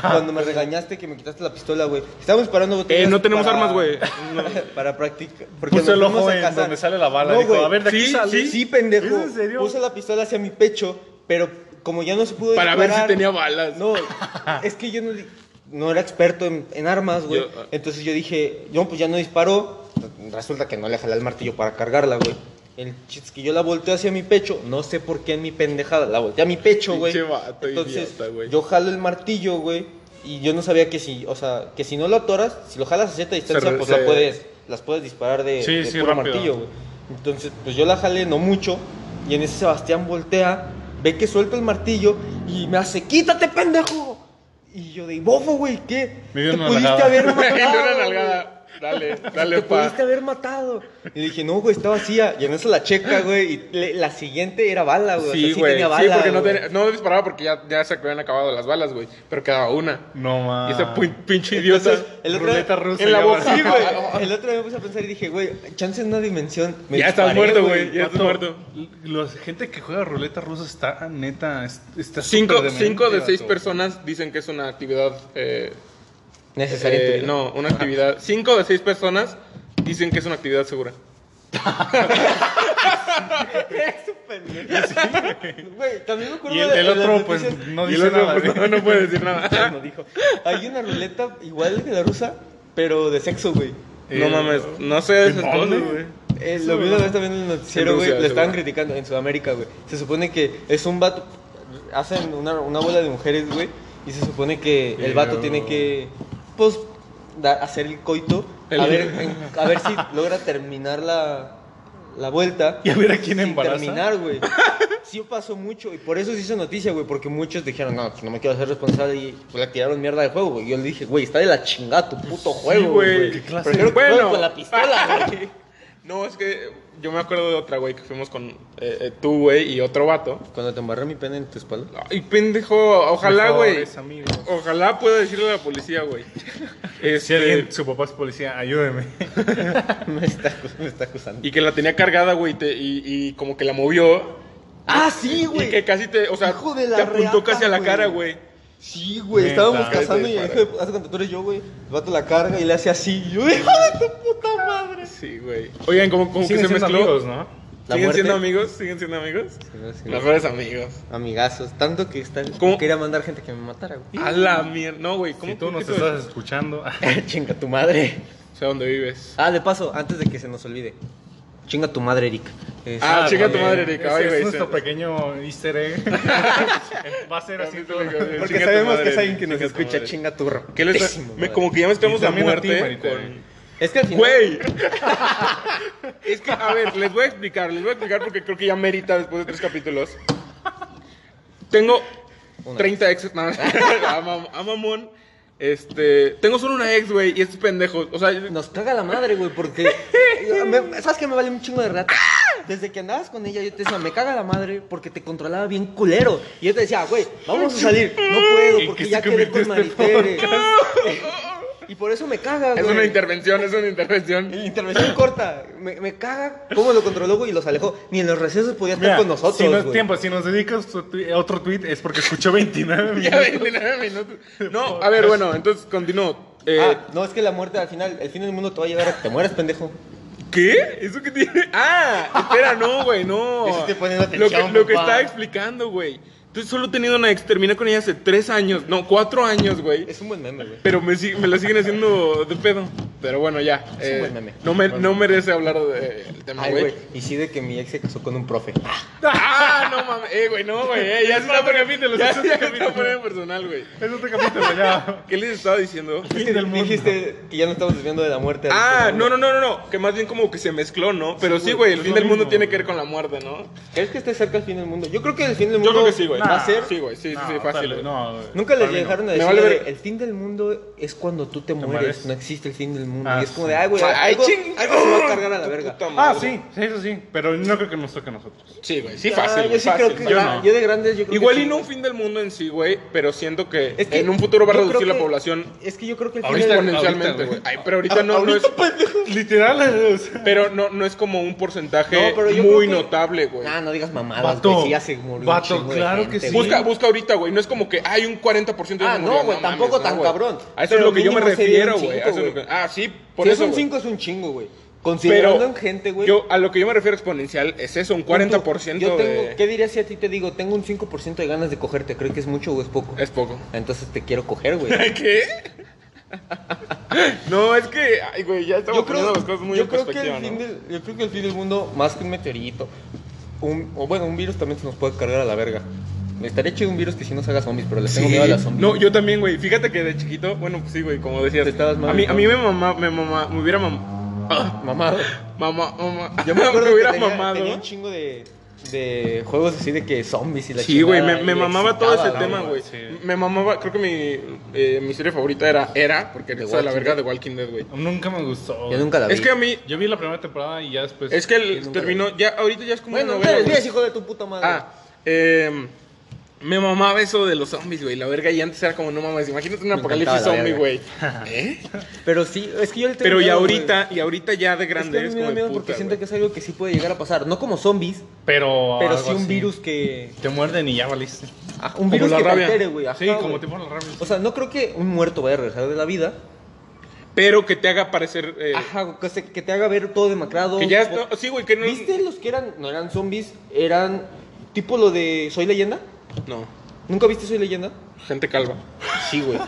Speaker 4: Cuando me regañaste que me quitaste la pistola, güey. Estábamos disparando botellas.
Speaker 1: Eh, no tenemos armas, güey.
Speaker 4: Para practicar.
Speaker 3: Puso el ojo en donde sale la bala. dijo,
Speaker 4: güey.
Speaker 3: a ver, de aquí
Speaker 1: Sí,
Speaker 3: sale.
Speaker 4: Sí, sí, pendejo.
Speaker 3: ¿Es en serio?
Speaker 4: Puse la pistola hacia mi pecho, pero como ya no se pudo
Speaker 1: Para ver si
Speaker 4: disparar-
Speaker 1: tenía balas.
Speaker 4: No, es que yo no, di- no era experto en, en armas, güey.
Speaker 1: Yo, ah.
Speaker 4: Entonces yo dije, no, pues ya no disparó. Resulta que no le jalé el martillo para cargarla, güey. El chiste es que yo la volteo hacia mi pecho, no sé por qué en mi pendejada, la volteé a mi pecho, güey.
Speaker 1: Pinche vato
Speaker 4: Entonces,
Speaker 1: idiota, güey.
Speaker 4: yo jalo el martillo, güey, y yo no sabía que si, o sea, que si no lo atoras, si lo jalas a cierta distancia,
Speaker 1: re-
Speaker 4: pues
Speaker 1: se-
Speaker 4: la puedes, las puedes disparar de,
Speaker 3: Sí,
Speaker 4: de
Speaker 3: sí,
Speaker 4: puro
Speaker 3: rápido.
Speaker 4: martillo, güey. Entonces, pues yo la jalé, no mucho, y en ese Sebastián voltea, ve que suelto el martillo y me hace, quítate, pendejo. Y yo de bofo, güey, ¿qué?
Speaker 3: Me dio
Speaker 4: Te
Speaker 3: una
Speaker 4: pudiste
Speaker 3: nalgada.
Speaker 4: haber
Speaker 1: Me dio
Speaker 4: matado.
Speaker 1: una
Speaker 4: güey.
Speaker 1: nalgada. Dale, dale,
Speaker 4: Te
Speaker 1: pa.
Speaker 4: pudiste haber matado. Y dije, no, güey, está vacía. Y en eso la checa, güey. Y le- la siguiente era bala, güey. O sea,
Speaker 1: Sí, güey. Sí,
Speaker 4: tenía bala,
Speaker 1: porque no,
Speaker 4: güey.
Speaker 1: tenía- no disparaba porque ya, ya se habían acabado las balas, güey. Pero quedaba una.
Speaker 3: No
Speaker 1: Y
Speaker 3: mames.
Speaker 1: ese pin- pinche idiota.
Speaker 4: Entonces, el otro
Speaker 3: Ruleta
Speaker 4: día,
Speaker 3: rusa.
Speaker 1: en la
Speaker 3: ya
Speaker 1: boca.
Speaker 3: vas.
Speaker 4: Sí, güey.
Speaker 1: Ah.
Speaker 4: El otro día me puse a pensar y dije, güey, chance en una dimensión. me
Speaker 1: Ya estás
Speaker 4: disparé,
Speaker 1: muerto, güey. Ya estás
Speaker 3: Vato,
Speaker 1: muerto.
Speaker 3: La gente que juega ruleta rusa está neta. es- Está
Speaker 1: Cinco,
Speaker 3: superdemente,
Speaker 1: cinco de seis
Speaker 3: vato.
Speaker 1: personas dicen que es una actividad. Eh,
Speaker 4: Necesaria en tu
Speaker 1: eh,
Speaker 4: vida.
Speaker 1: no, una actividad. Cinco de seis personas dicen que es una actividad segura.
Speaker 4: Güey, también me acuerdo
Speaker 3: Y el,
Speaker 4: de-
Speaker 3: el
Speaker 4: de las
Speaker 3: otro, pues
Speaker 4: noticias.
Speaker 3: no
Speaker 1: Y el
Speaker 3: dice
Speaker 1: otro,
Speaker 3: nada.
Speaker 1: pues,
Speaker 3: güey.
Speaker 1: no, no puede decir nada.
Speaker 4: No dijo. Hay una ruleta igual que la rusa, pero de sexo, güey.
Speaker 1: No
Speaker 3: Eh,
Speaker 1: mames, no sé de esas
Speaker 3: ¿en
Speaker 1: cosas,
Speaker 3: dónde?
Speaker 1: güey.
Speaker 4: Eh, lo vi una vez también en el
Speaker 1: En
Speaker 4: noticiero,
Speaker 1: Rusia,
Speaker 4: güey. Le estaban
Speaker 1: seguro.
Speaker 4: criticando en Sudamérica, güey. Se supone que es un vato. Hacen una, una bola de mujeres, güey. Y se supone que el vato
Speaker 3: Pero-
Speaker 4: tiene que, pues, da- hacer el coito.
Speaker 1: El-
Speaker 4: A ver, en- a ver si logra terminar la, la vuelta.
Speaker 3: Y a ver a quién
Speaker 4: sin
Speaker 3: embaraza.
Speaker 4: terminar, güey. Sí pasó mucho. Y por eso se hizo noticia, güey. Porque muchos dijeron, no, pues, no me quiero hacer responsable. Y pues, le tiraron mierda de juego, güey. Yo le dije, güey, está de la chingada tu puto juego,
Speaker 1: güey.
Speaker 4: güey.
Speaker 1: ¿Qué
Speaker 3: clase
Speaker 4: Prefiero
Speaker 1: de-
Speaker 4: que juegues
Speaker 1: Bueno.
Speaker 4: con la pistola, güey.
Speaker 1: No, es que yo me acuerdo de otra, güey, que fuimos con eh, eh, tú, güey, y otro vato.
Speaker 4: Cuando te embarré mi pene en tu espalda.
Speaker 1: Ay, pendejo, ojalá, güey.
Speaker 3: Mejores amigos.
Speaker 1: Ojalá pueda decirle a la policía, güey.
Speaker 3: Si
Speaker 1: Este,
Speaker 3: alguien, su papá es policía, ayúdeme.
Speaker 4: Me está, acus- me está acusando.
Speaker 1: Y que la tenía cargada, güey, te- y, y como que la movió.
Speaker 4: Ah, sí,
Speaker 1: Y que
Speaker 4: güey.
Speaker 1: casi te, o sea,
Speaker 4: Hijo de la
Speaker 1: te apuntó
Speaker 4: reata,
Speaker 1: casi a la
Speaker 4: güey.
Speaker 1: cara, güey.
Speaker 4: Sí, güey.
Speaker 3: Neta.
Speaker 4: Estábamos cazando
Speaker 1: Qué
Speaker 4: y el hijo
Speaker 1: desmadre.
Speaker 4: de. Hace cuando tú eres yo, güey. El vato la carga y le hace así. Y yo, hijo de tu puta madre.
Speaker 1: Sí, güey. Oigan, como, como que
Speaker 3: Siguen
Speaker 1: se
Speaker 3: siendo
Speaker 1: mezcló.
Speaker 3: amigos, ¿no?
Speaker 4: La
Speaker 1: ¿Siguen
Speaker 4: muerte.
Speaker 1: siendo amigos? ¿Siguen siendo amigos? Mejores amigos.
Speaker 4: Amigazos. Tanto que está.
Speaker 1: ¿Cómo?
Speaker 4: Quería mandar gente que me matara, güey.
Speaker 1: A la mierda. No, güey, ¿cómo
Speaker 3: Si tú
Speaker 1: cómo
Speaker 3: nos
Speaker 1: que
Speaker 3: estás escuchando.
Speaker 4: Ah, Chinga tu madre.
Speaker 1: O sea, ¿dónde vives?
Speaker 4: Ah, de paso, antes de que se nos olvide. Chinga tu madre, Eric. Es-
Speaker 1: Ah, chinga tu
Speaker 3: también.
Speaker 1: madre, Erika. Ay,
Speaker 3: Ese
Speaker 1: güey,
Speaker 3: Es nuestro
Speaker 1: se-
Speaker 3: pequeño easter egg. Va a ser así todo.
Speaker 4: porque
Speaker 1: Chinga tu
Speaker 4: sabemos
Speaker 1: madre,
Speaker 4: que es alguien que nos
Speaker 1: chinga tu
Speaker 4: escucha.
Speaker 1: madre.
Speaker 4: Chinga tu ro-
Speaker 1: ¿Qué les
Speaker 4: pésimo,
Speaker 1: me-
Speaker 4: madre.
Speaker 1: Como que ya mezclamos
Speaker 3: Y
Speaker 1: la
Speaker 3: también a ti,
Speaker 1: muerte
Speaker 3: Marita, eh.
Speaker 1: con...
Speaker 4: Es que al final.
Speaker 1: ¡Güey! es que, a ver, les voy a explicar, les voy a explicar porque creo que ya merita después de tres capítulos. Tengo
Speaker 4: Una.
Speaker 1: 30 exes, no, a, mam- a mamón. Este, tengo solo una ex, güey, y estos pendejos, o sea,
Speaker 4: Nos caga la madre, güey, porque. me- ¿Sabes que me vale un chingo de rata? Desde que andabas con ella, yo te decía, me caga la madre porque te controlaba bien culero. Y yo te decía, güey, vamos a salir. No puedo
Speaker 3: ¿En
Speaker 4: porque
Speaker 3: qué
Speaker 4: ya
Speaker 3: se
Speaker 4: quedé con
Speaker 3: convirtió este
Speaker 4: Maritere. y por eso me caga, güey.
Speaker 1: es una intervención, es una intervención.
Speaker 4: Intervención corta. Me, me caga cómo lo controló, güey, y los alejó. Ni en los recesos podía estar
Speaker 3: Mira,
Speaker 4: con nosotros,
Speaker 3: si,
Speaker 4: güey.
Speaker 3: nos, tiempo, si nos dedicas tu tu- a otro tweet es porque escuchó 29
Speaker 1: Ya
Speaker 3: minutos.
Speaker 1: 29 minutos. No, a ver, bueno, entonces continúo. Eh,
Speaker 4: Ah, no, es que la muerte al final, el fin del mundo te va a llegar a que te mueras, pendejo.
Speaker 1: ¿Qué? ¿Eso qué tiene? Ah, espera, no, güey, no.
Speaker 4: Eso estoy poniendo
Speaker 1: lo que,
Speaker 4: atención,
Speaker 1: lo que
Speaker 4: papá.
Speaker 1: estaba explicando, güey. Yo solo he tenido una ex, terminé con ella hace tres años, no, cuatro años, güey.
Speaker 4: Es un buen meme, güey.
Speaker 1: Pero me, sig- me la siguen haciendo de pedo. Pero bueno, ya. eh,
Speaker 4: Es un buen meme.
Speaker 1: No, me- no merece hablar del tema,
Speaker 4: Ay, güey.
Speaker 1: güey.
Speaker 4: Y sí de que mi ex se casó con un profe.
Speaker 1: Ah, no mames. Eh, güey, no, güey. eh, ya se está
Speaker 3: otro
Speaker 1: poniendo-
Speaker 3: capítulo,
Speaker 1: ya-
Speaker 3: es otro
Speaker 1: ya se está
Speaker 3: capítulo.
Speaker 1: poniendo personal, güey.
Speaker 3: Es otro capítulo, ya.
Speaker 1: ¿Qué les estaba diciendo?
Speaker 4: Es
Speaker 3: Fin
Speaker 4: que
Speaker 3: del mundo.
Speaker 4: dijiste que ya no estamos desviando de la muerte.
Speaker 1: Ah, no, no, no, no, no. Que más bien como que se mezcló, ¿no? Pero sí, güey, el
Speaker 3: es
Speaker 1: fin
Speaker 3: lo
Speaker 1: del mundo
Speaker 3: mismo.
Speaker 1: tiene que ver con la muerte, ¿no?
Speaker 4: ¿Crees que esté cerca el fin del mundo? Yo creo que el fin del
Speaker 1: Yo
Speaker 4: mundo
Speaker 1: creo que sí, güey.
Speaker 4: va a ser...
Speaker 1: Sí, güey, sí, sí, sí,
Speaker 3: No,
Speaker 1: fácil.
Speaker 3: tal-
Speaker 1: güey.
Speaker 3: no, güey.
Speaker 4: Nunca les
Speaker 3: Para mí no.
Speaker 4: llegaron
Speaker 1: Me
Speaker 4: a decir
Speaker 1: vale
Speaker 4: de,
Speaker 1: ver-
Speaker 4: el fin del mundo es cuando tú te mueres,
Speaker 3: mueres.
Speaker 4: no existe el fin del mundo.
Speaker 3: Ah,
Speaker 4: y es como
Speaker 3: sí.
Speaker 4: de, ay, güey,
Speaker 1: Ay,
Speaker 4: algo,
Speaker 1: ching-
Speaker 4: algo se va a cargar a la verga.
Speaker 1: Puta
Speaker 3: Ah,
Speaker 1: madre.
Speaker 3: sí, sí, eso sí. Pero no creo que nos toque a nosotros.
Speaker 1: Sí, güey, sí,
Speaker 4: Ah,
Speaker 1: fácil.
Speaker 4: yo
Speaker 1: güey,
Speaker 4: sí
Speaker 1: fácil,
Speaker 4: creo que...
Speaker 1: fácil.
Speaker 3: yo
Speaker 4: Yo,
Speaker 3: no.
Speaker 4: de grandes yo creo
Speaker 1: Igual
Speaker 4: que
Speaker 1: y
Speaker 4: sí.
Speaker 1: no un fin del mundo en sí, güey, pero siento que,
Speaker 4: Es que
Speaker 1: en un futuro va a
Speaker 4: yo
Speaker 1: reducir
Speaker 4: creo
Speaker 1: la
Speaker 4: que-
Speaker 1: población
Speaker 4: Es que yo creo que el fin
Speaker 3: Ahorita-
Speaker 4: del mundo...
Speaker 1: exponencialmente, güey.
Speaker 3: ahorita, güey.
Speaker 1: Ay, pero
Speaker 4: Ah,
Speaker 1: ahorita no, no es,
Speaker 3: Literal, o sea,
Speaker 1: pero no, no es como un porcentaje
Speaker 4: No, pero yo
Speaker 1: muy
Speaker 4: creo que-
Speaker 1: notable, güey.
Speaker 4: Ah, no digas mamadas,
Speaker 3: Vato,
Speaker 4: güey, sí ya se murió un
Speaker 3: vato,
Speaker 4: chingo de
Speaker 3: claro
Speaker 4: gente,
Speaker 3: que sí.
Speaker 4: güey.
Speaker 1: Busca, busca ahorita, güey. No es como que hay un 40% de
Speaker 4: Ah,
Speaker 1: gente
Speaker 4: no,
Speaker 1: murió,
Speaker 4: güey, tampoco tan
Speaker 1: güey.
Speaker 4: cabrón.
Speaker 1: A eso
Speaker 4: Pero
Speaker 1: es lo que yo me
Speaker 4: mínimo sería un
Speaker 1: refiero, güey. a
Speaker 4: cinco,
Speaker 1: eso es lo
Speaker 4: güey.
Speaker 1: que- Ah, sí, por
Speaker 4: Si
Speaker 1: eso.
Speaker 4: es un
Speaker 1: güey.
Speaker 4: 5 es un chingo, güey.
Speaker 1: pero
Speaker 4: Considerando en gente, güey.
Speaker 1: Yo, a lo que yo me refiero exponencial es eso, un 40%
Speaker 4: yo tengo,
Speaker 1: de.
Speaker 4: ¿Qué dirías si a ti te digo, tengo un 5% de ganas de cogerte? ¿Creo que es mucho o es poco?
Speaker 1: Es poco.
Speaker 4: Entonces te quiero coger, güey.
Speaker 1: ¿Qué? no, es que, ay, güey, ya estamos poniendo las cosas muy
Speaker 4: yo
Speaker 1: en
Speaker 4: creo que
Speaker 1: perspectiva,
Speaker 4: el fin
Speaker 1: ¿no?
Speaker 4: del, yo creo que el fin del mundo, más que un meteorito, un, o bueno, un virus también se nos puede cargar a la verga. Me estaría chido un virus que sí nos haga zombies, pero les tengo miedo a las zombies.
Speaker 1: No, yo también, güey. Fíjate que de chiquito, bueno, pues sí, güey, como decías.
Speaker 4: Te estabas mal,
Speaker 1: a mí, a
Speaker 4: ¿no?
Speaker 1: mí me mamá, me mamá, me hubiera mamá. ah,
Speaker 4: Mamado.
Speaker 1: Mamá, mamá.
Speaker 4: Yo me acuerdo
Speaker 1: hubiera
Speaker 4: que tenía,
Speaker 1: mamado.
Speaker 4: tenía un chingo de, de juegos así de que zombies y la
Speaker 1: Sí, güey, me,
Speaker 4: chingada,
Speaker 1: me
Speaker 4: y
Speaker 1: mamaba todo ese
Speaker 4: excitaba,
Speaker 1: tema,
Speaker 4: ¿no?
Speaker 1: güey.
Speaker 3: sí.
Speaker 1: Me mamaba, creo que mi, eh, mi serie favorita era Era, porque
Speaker 4: The
Speaker 1: está de la
Speaker 4: Walking
Speaker 1: verga
Speaker 4: Dead.
Speaker 1: de Walking Dead, güey.
Speaker 3: nunca me gustó.
Speaker 4: Yo nunca la vi.
Speaker 1: Es que a mí,
Speaker 3: Yo vi la primera temporada y ya después.
Speaker 1: es que
Speaker 4: Yo
Speaker 1: el
Speaker 4: pues, nunca
Speaker 1: terminó, ya, ahorita ya es como
Speaker 4: Bueno, pues.
Speaker 1: una
Speaker 4: no
Speaker 1: novela. güey.
Speaker 4: eres hijo de tu puta madre.
Speaker 1: Ah, eh, me mamaba eso de los zombies, güey, la verga. Y antes era como, no mames, imagínate un
Speaker 4: Me
Speaker 1: apocalipsis
Speaker 4: encantaba la
Speaker 1: zombie,
Speaker 4: verga.
Speaker 1: güey. ¿Eh?
Speaker 4: Pero sí, es que yo le tengo
Speaker 1: Pero y
Speaker 4: miedo, güey.
Speaker 1: ahorita, y ahorita ya de grande
Speaker 4: es que a
Speaker 1: es
Speaker 4: mí me
Speaker 1: como
Speaker 4: da
Speaker 1: de
Speaker 4: miedo
Speaker 1: puta,
Speaker 4: porque siento
Speaker 1: güey.
Speaker 4: que es algo que sí puede llegar a pasar. No como zombies,
Speaker 3: Pero.
Speaker 4: pero
Speaker 3: algo
Speaker 4: sí un
Speaker 3: así.
Speaker 4: virus que.
Speaker 3: Te muerden y ya valiste.
Speaker 4: ah, un virus
Speaker 1: la
Speaker 4: que te
Speaker 1: rabia.
Speaker 4: altere, güey. ajá,
Speaker 3: Sí, como
Speaker 4: güey.
Speaker 3: tipo la rabia.
Speaker 4: O sea, no creo que un muerto vaya a regresar de la vida.
Speaker 1: Pero que te haga parecer. eh,
Speaker 4: Ajá, güey, que, se- que te haga ver todo demacrado.
Speaker 1: que ya
Speaker 4: po-
Speaker 1: está- Sí, güey, que no.
Speaker 4: ¿Viste los que eran? No eran zombies, eran tipo lo de Soy Leyenda.
Speaker 1: No,
Speaker 4: ¿Nunca viste Soy Leyenda?
Speaker 1: gente calva.
Speaker 4: Sí, güey.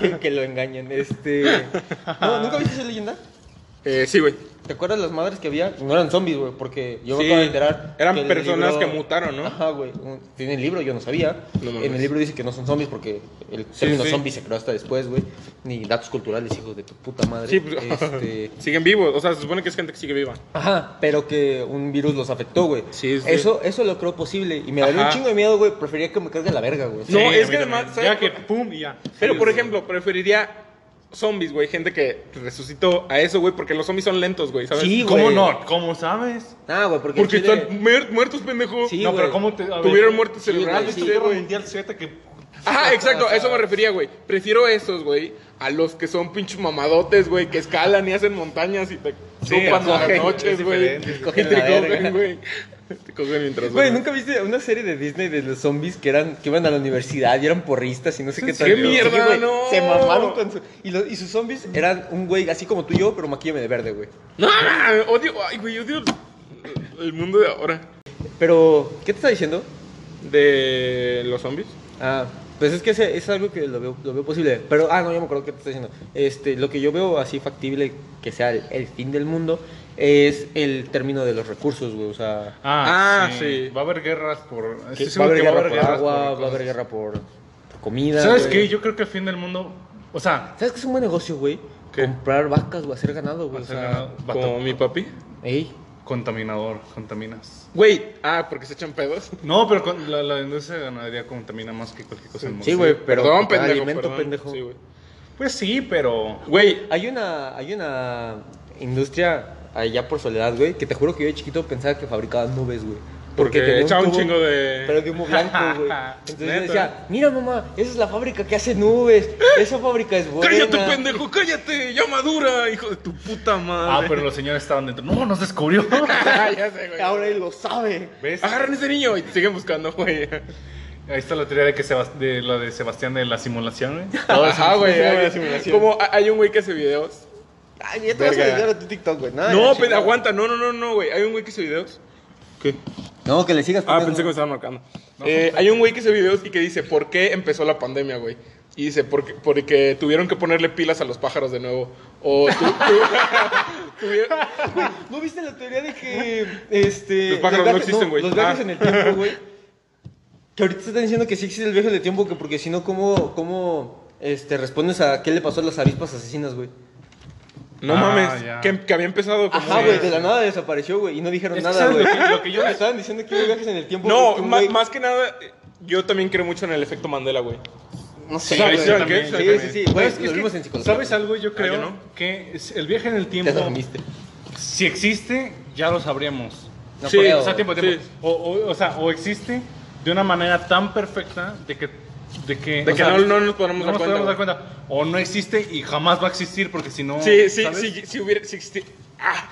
Speaker 4: que, que lo engañen. Este. No, ¿nunca viste Soy Leyenda?
Speaker 1: Eh, sí, güey.
Speaker 4: ¿Te acuerdas las madres que había? No eran zombies, güey, porque yo
Speaker 1: Sí,
Speaker 4: me acabo de enterar.
Speaker 1: eran
Speaker 4: el
Speaker 1: personas que mutaron, ¿no?
Speaker 4: Ajá, güey. un- Tiene el libro, yo no sabía.
Speaker 1: No mames.
Speaker 4: en el libro dice que no son zombies porque el término
Speaker 1: sí.
Speaker 4: zombie se creó hasta después, güey. Ni datos culturales, hijos de tu puta madre.
Speaker 1: Sí, pues,
Speaker 4: Este,
Speaker 1: siguen vivos. O sea, se supone que es gente que sigue viva.
Speaker 4: Ajá, pero que un virus los afectó, güey.
Speaker 1: Sí, sí.
Speaker 4: Eso, eso lo creo posible. Y me daría
Speaker 1: Ajá.
Speaker 4: un chingo de miedo, güey. Prefería que me cargue la verga, güey.
Speaker 1: No,
Speaker 3: Sí,
Speaker 1: es
Speaker 3: a mí
Speaker 1: que
Speaker 3: también.
Speaker 1: además, ¿sabes
Speaker 3: Ya que
Speaker 1: por-
Speaker 3: pum y ya.
Speaker 1: Pero,
Speaker 3: Sí,
Speaker 1: por
Speaker 3: sí.
Speaker 1: ejemplo, preferiría zombies, güey. Gente que resucitó a eso, güey. Porque los zombies son lentos, güey, ¿sabes?
Speaker 4: Sí,
Speaker 3: ¿Cómo
Speaker 4: güey.
Speaker 3: no? ¿Cómo sabes?
Speaker 4: Ah, güey, porque.
Speaker 1: Porque
Speaker 4: en Chile-
Speaker 1: están muer- muertos, pendejo.
Speaker 4: Sí,
Speaker 3: no,
Speaker 4: güey.
Speaker 3: pero ¿cómo te. a ver,
Speaker 1: Tuvieron muerte
Speaker 4: Sí, güey,
Speaker 1: cerebral,
Speaker 4: sí,
Speaker 1: este,
Speaker 3: Guerra
Speaker 1: güey.
Speaker 3: mundial Z que.
Speaker 1: Ajá, exacto, a eso me refería, güey. Prefiero esos, güey, a los que son pinches mamadotes, güey, que escalan y hacen montañas y te
Speaker 3: Sí,
Speaker 1: chupan las
Speaker 3: cogen,
Speaker 1: noches,
Speaker 3: es
Speaker 1: güey. Y
Speaker 3: diferente.
Speaker 1: te
Speaker 4: Cogen la verga.
Speaker 1: cogen, güey. Te cogen mientras
Speaker 4: Güey,
Speaker 1: duermes.
Speaker 4: ¿nunca viste una serie de Disney de los zombies que eran que iban a la universidad y eran porristas y no sé qué
Speaker 1: ¿En serio?
Speaker 4: Sí,
Speaker 1: ¡Mierda,
Speaker 4: güey,
Speaker 1: no!
Speaker 4: Se mamaron con su... Y, los- y sus zombies eran un güey así como tú y yo, pero maquillame de verde, güey.
Speaker 1: No, no, no, odio, ay, güey, odio el- el mundo de ahora.
Speaker 4: Pero, ¿qué te está diciendo?
Speaker 1: ¿De los zombies?
Speaker 4: Ah, pues es que ese- es algo que lo veo, lo veo posible. Pero, ah, no, ya me acuerdo qué te está diciendo. Este, lo que yo veo así factible que sea el, el fin del mundo es el término de los recursos, güey. O sea,
Speaker 3: Ah,
Speaker 1: Ah,
Speaker 3: sí.
Speaker 1: sí.
Speaker 3: Va a haber guerras por.
Speaker 4: que
Speaker 3: Ah, estoy
Speaker 4: va a
Speaker 3: seguro
Speaker 4: haber
Speaker 3: que
Speaker 4: guerra por
Speaker 3: guerras
Speaker 4: agua, va a
Speaker 3: cosas.
Speaker 4: haber guerra por, por comida.
Speaker 3: ¿Sabes
Speaker 4: güey.
Speaker 3: qué? Yo creo que el fin del mundo. O sea,
Speaker 4: ¿Sabes qué es un buen negocio, güey?
Speaker 3: ¿Qué?
Speaker 4: Comprar vacas o hacer ganado, güey. O
Speaker 3: Hacer
Speaker 4: sea,
Speaker 3: ganado. Vato.
Speaker 1: ¿Como mi papi?
Speaker 4: ey.
Speaker 3: contaminador, contaminas.
Speaker 1: Güey, ah, porque se echan pedos.
Speaker 3: No, pero con- la, la industria ganadería contamina más que cualquier cosa del mundo.
Speaker 4: Sí, güey, pero
Speaker 1: Perdón,
Speaker 4: comprar
Speaker 1: pendejo.
Speaker 4: alimento,
Speaker 1: perdón.
Speaker 4: pendejo.
Speaker 1: Sí, güey.
Speaker 3: Pues sí, pero.
Speaker 1: Güey,
Speaker 4: Hay una, hay una industria allá por Soledad, güey, que te juro que yo de chiquito pensaba que fabricaban nubes, güey.
Speaker 1: Porque
Speaker 4: tenía
Speaker 1: echaba un
Speaker 4: tubo,
Speaker 1: chingo de-
Speaker 4: Pero de humo blanco, güey. Entonces yo
Speaker 1: Neta.
Speaker 4: decía, mira, mamá, esa es la fábrica que hace nubes. Esa fábrica es buena.
Speaker 1: cállate, pendejo, cállate. Ya madura, hijo de tu puta
Speaker 3: Ah,
Speaker 1: madre.
Speaker 3: pero los señores estaban dentro. No, nos descubrió.
Speaker 1: Ah, ya sé, güey.
Speaker 4: Ahora él lo sabe.
Speaker 3: ¿Ves?
Speaker 1: Agarran a ese niño y te siguen buscando, güey.
Speaker 3: Ahí está la teoría de que Sebas- de la de Sebastián de la simulación, güey.
Speaker 1: Ajá, güey.
Speaker 4: simulación,
Speaker 1: hay-
Speaker 4: la simulación.
Speaker 1: Como ha- hay un güey que hace videos.
Speaker 4: Ay, ya te vas a
Speaker 1: Verga.
Speaker 4: dedicar a tu TikTok, güey. Nada,
Speaker 1: No,
Speaker 4: Ah, ya,
Speaker 1: pero
Speaker 4: chingada.
Speaker 1: aguanta, no, no, no, no, güey. Hay un güey que hace videos ¿Qué?
Speaker 4: No, que le sigas.
Speaker 1: Ah,
Speaker 4: pendejo.
Speaker 1: pensé que me estaban marcando.
Speaker 3: No,
Speaker 1: Eh,
Speaker 3: perfecto.
Speaker 1: hay un güey que hace videos y que dice, ¿por qué empezó la pandemia, güey? Y dice, porque, porque tuvieron que ponerle pilas a los pájaros de nuevo. O tu- tu- tuvieron-
Speaker 4: Güey, ¿No viste la teoría de que este,
Speaker 1: Los pájaros no
Speaker 4: viajes-
Speaker 1: existen, güey.
Speaker 4: Los viajes
Speaker 1: Ah.
Speaker 4: en el tiempo, güey. Que ahorita están diciendo que sí existe el viaje en el tiempo, que porque si no, ¿cómo, cómo este, respondes a qué le pasó a las avispas asesinas, güey?
Speaker 1: No
Speaker 3: Ah,
Speaker 1: mames,
Speaker 3: ya.
Speaker 1: que, que había empezado como...
Speaker 4: Ajá,
Speaker 1: Sí.
Speaker 4: güey, de la nada desapareció, güey, y no dijeron
Speaker 3: Es que
Speaker 4: nada,
Speaker 3: ¿sabes
Speaker 4: güey.
Speaker 3: lo que- lo que yo-
Speaker 4: Estaban diciendo que hubo viajes en el tiempo.
Speaker 1: No,
Speaker 4: porque un
Speaker 1: ma-
Speaker 4: güey-
Speaker 1: más que nada, eh, yo también creo mucho en el efecto Mandela, güey.
Speaker 4: Ah, No sé,
Speaker 1: Sí,
Speaker 4: güey.
Speaker 1: sí,
Speaker 4: Sí,
Speaker 1: también,
Speaker 4: sí, sí, sí, güey,
Speaker 3: ¿Sabes,
Speaker 4: lo
Speaker 3: es
Speaker 4: vimos
Speaker 3: que-
Speaker 4: en psicología.
Speaker 3: ¿Sabes algo? Yo creo
Speaker 1: Ah, yo no.
Speaker 3: que es- el viaje en el
Speaker 4: Te
Speaker 3: tiempo,
Speaker 4: dormiste.
Speaker 3: si existe, ya lo sabríamos.
Speaker 4: No
Speaker 1: Sí,
Speaker 4: creo.
Speaker 3: O sea, tiempo, tiempo.
Speaker 1: Sí.
Speaker 3: O, o- o sea, o existe de una manera tan perfecta de que... De que,
Speaker 1: De
Speaker 3: o
Speaker 1: que
Speaker 3: sea,
Speaker 1: no, no nos podemos dar
Speaker 3: no
Speaker 1: cuenta.
Speaker 3: nos podemos dar
Speaker 1: güey.
Speaker 3: cuenta. O no existe y jamás va a existir porque si no...
Speaker 1: Sí, sí,
Speaker 3: ¿sabes?
Speaker 1: sí, si hubiera... Si existi- ¡Ah!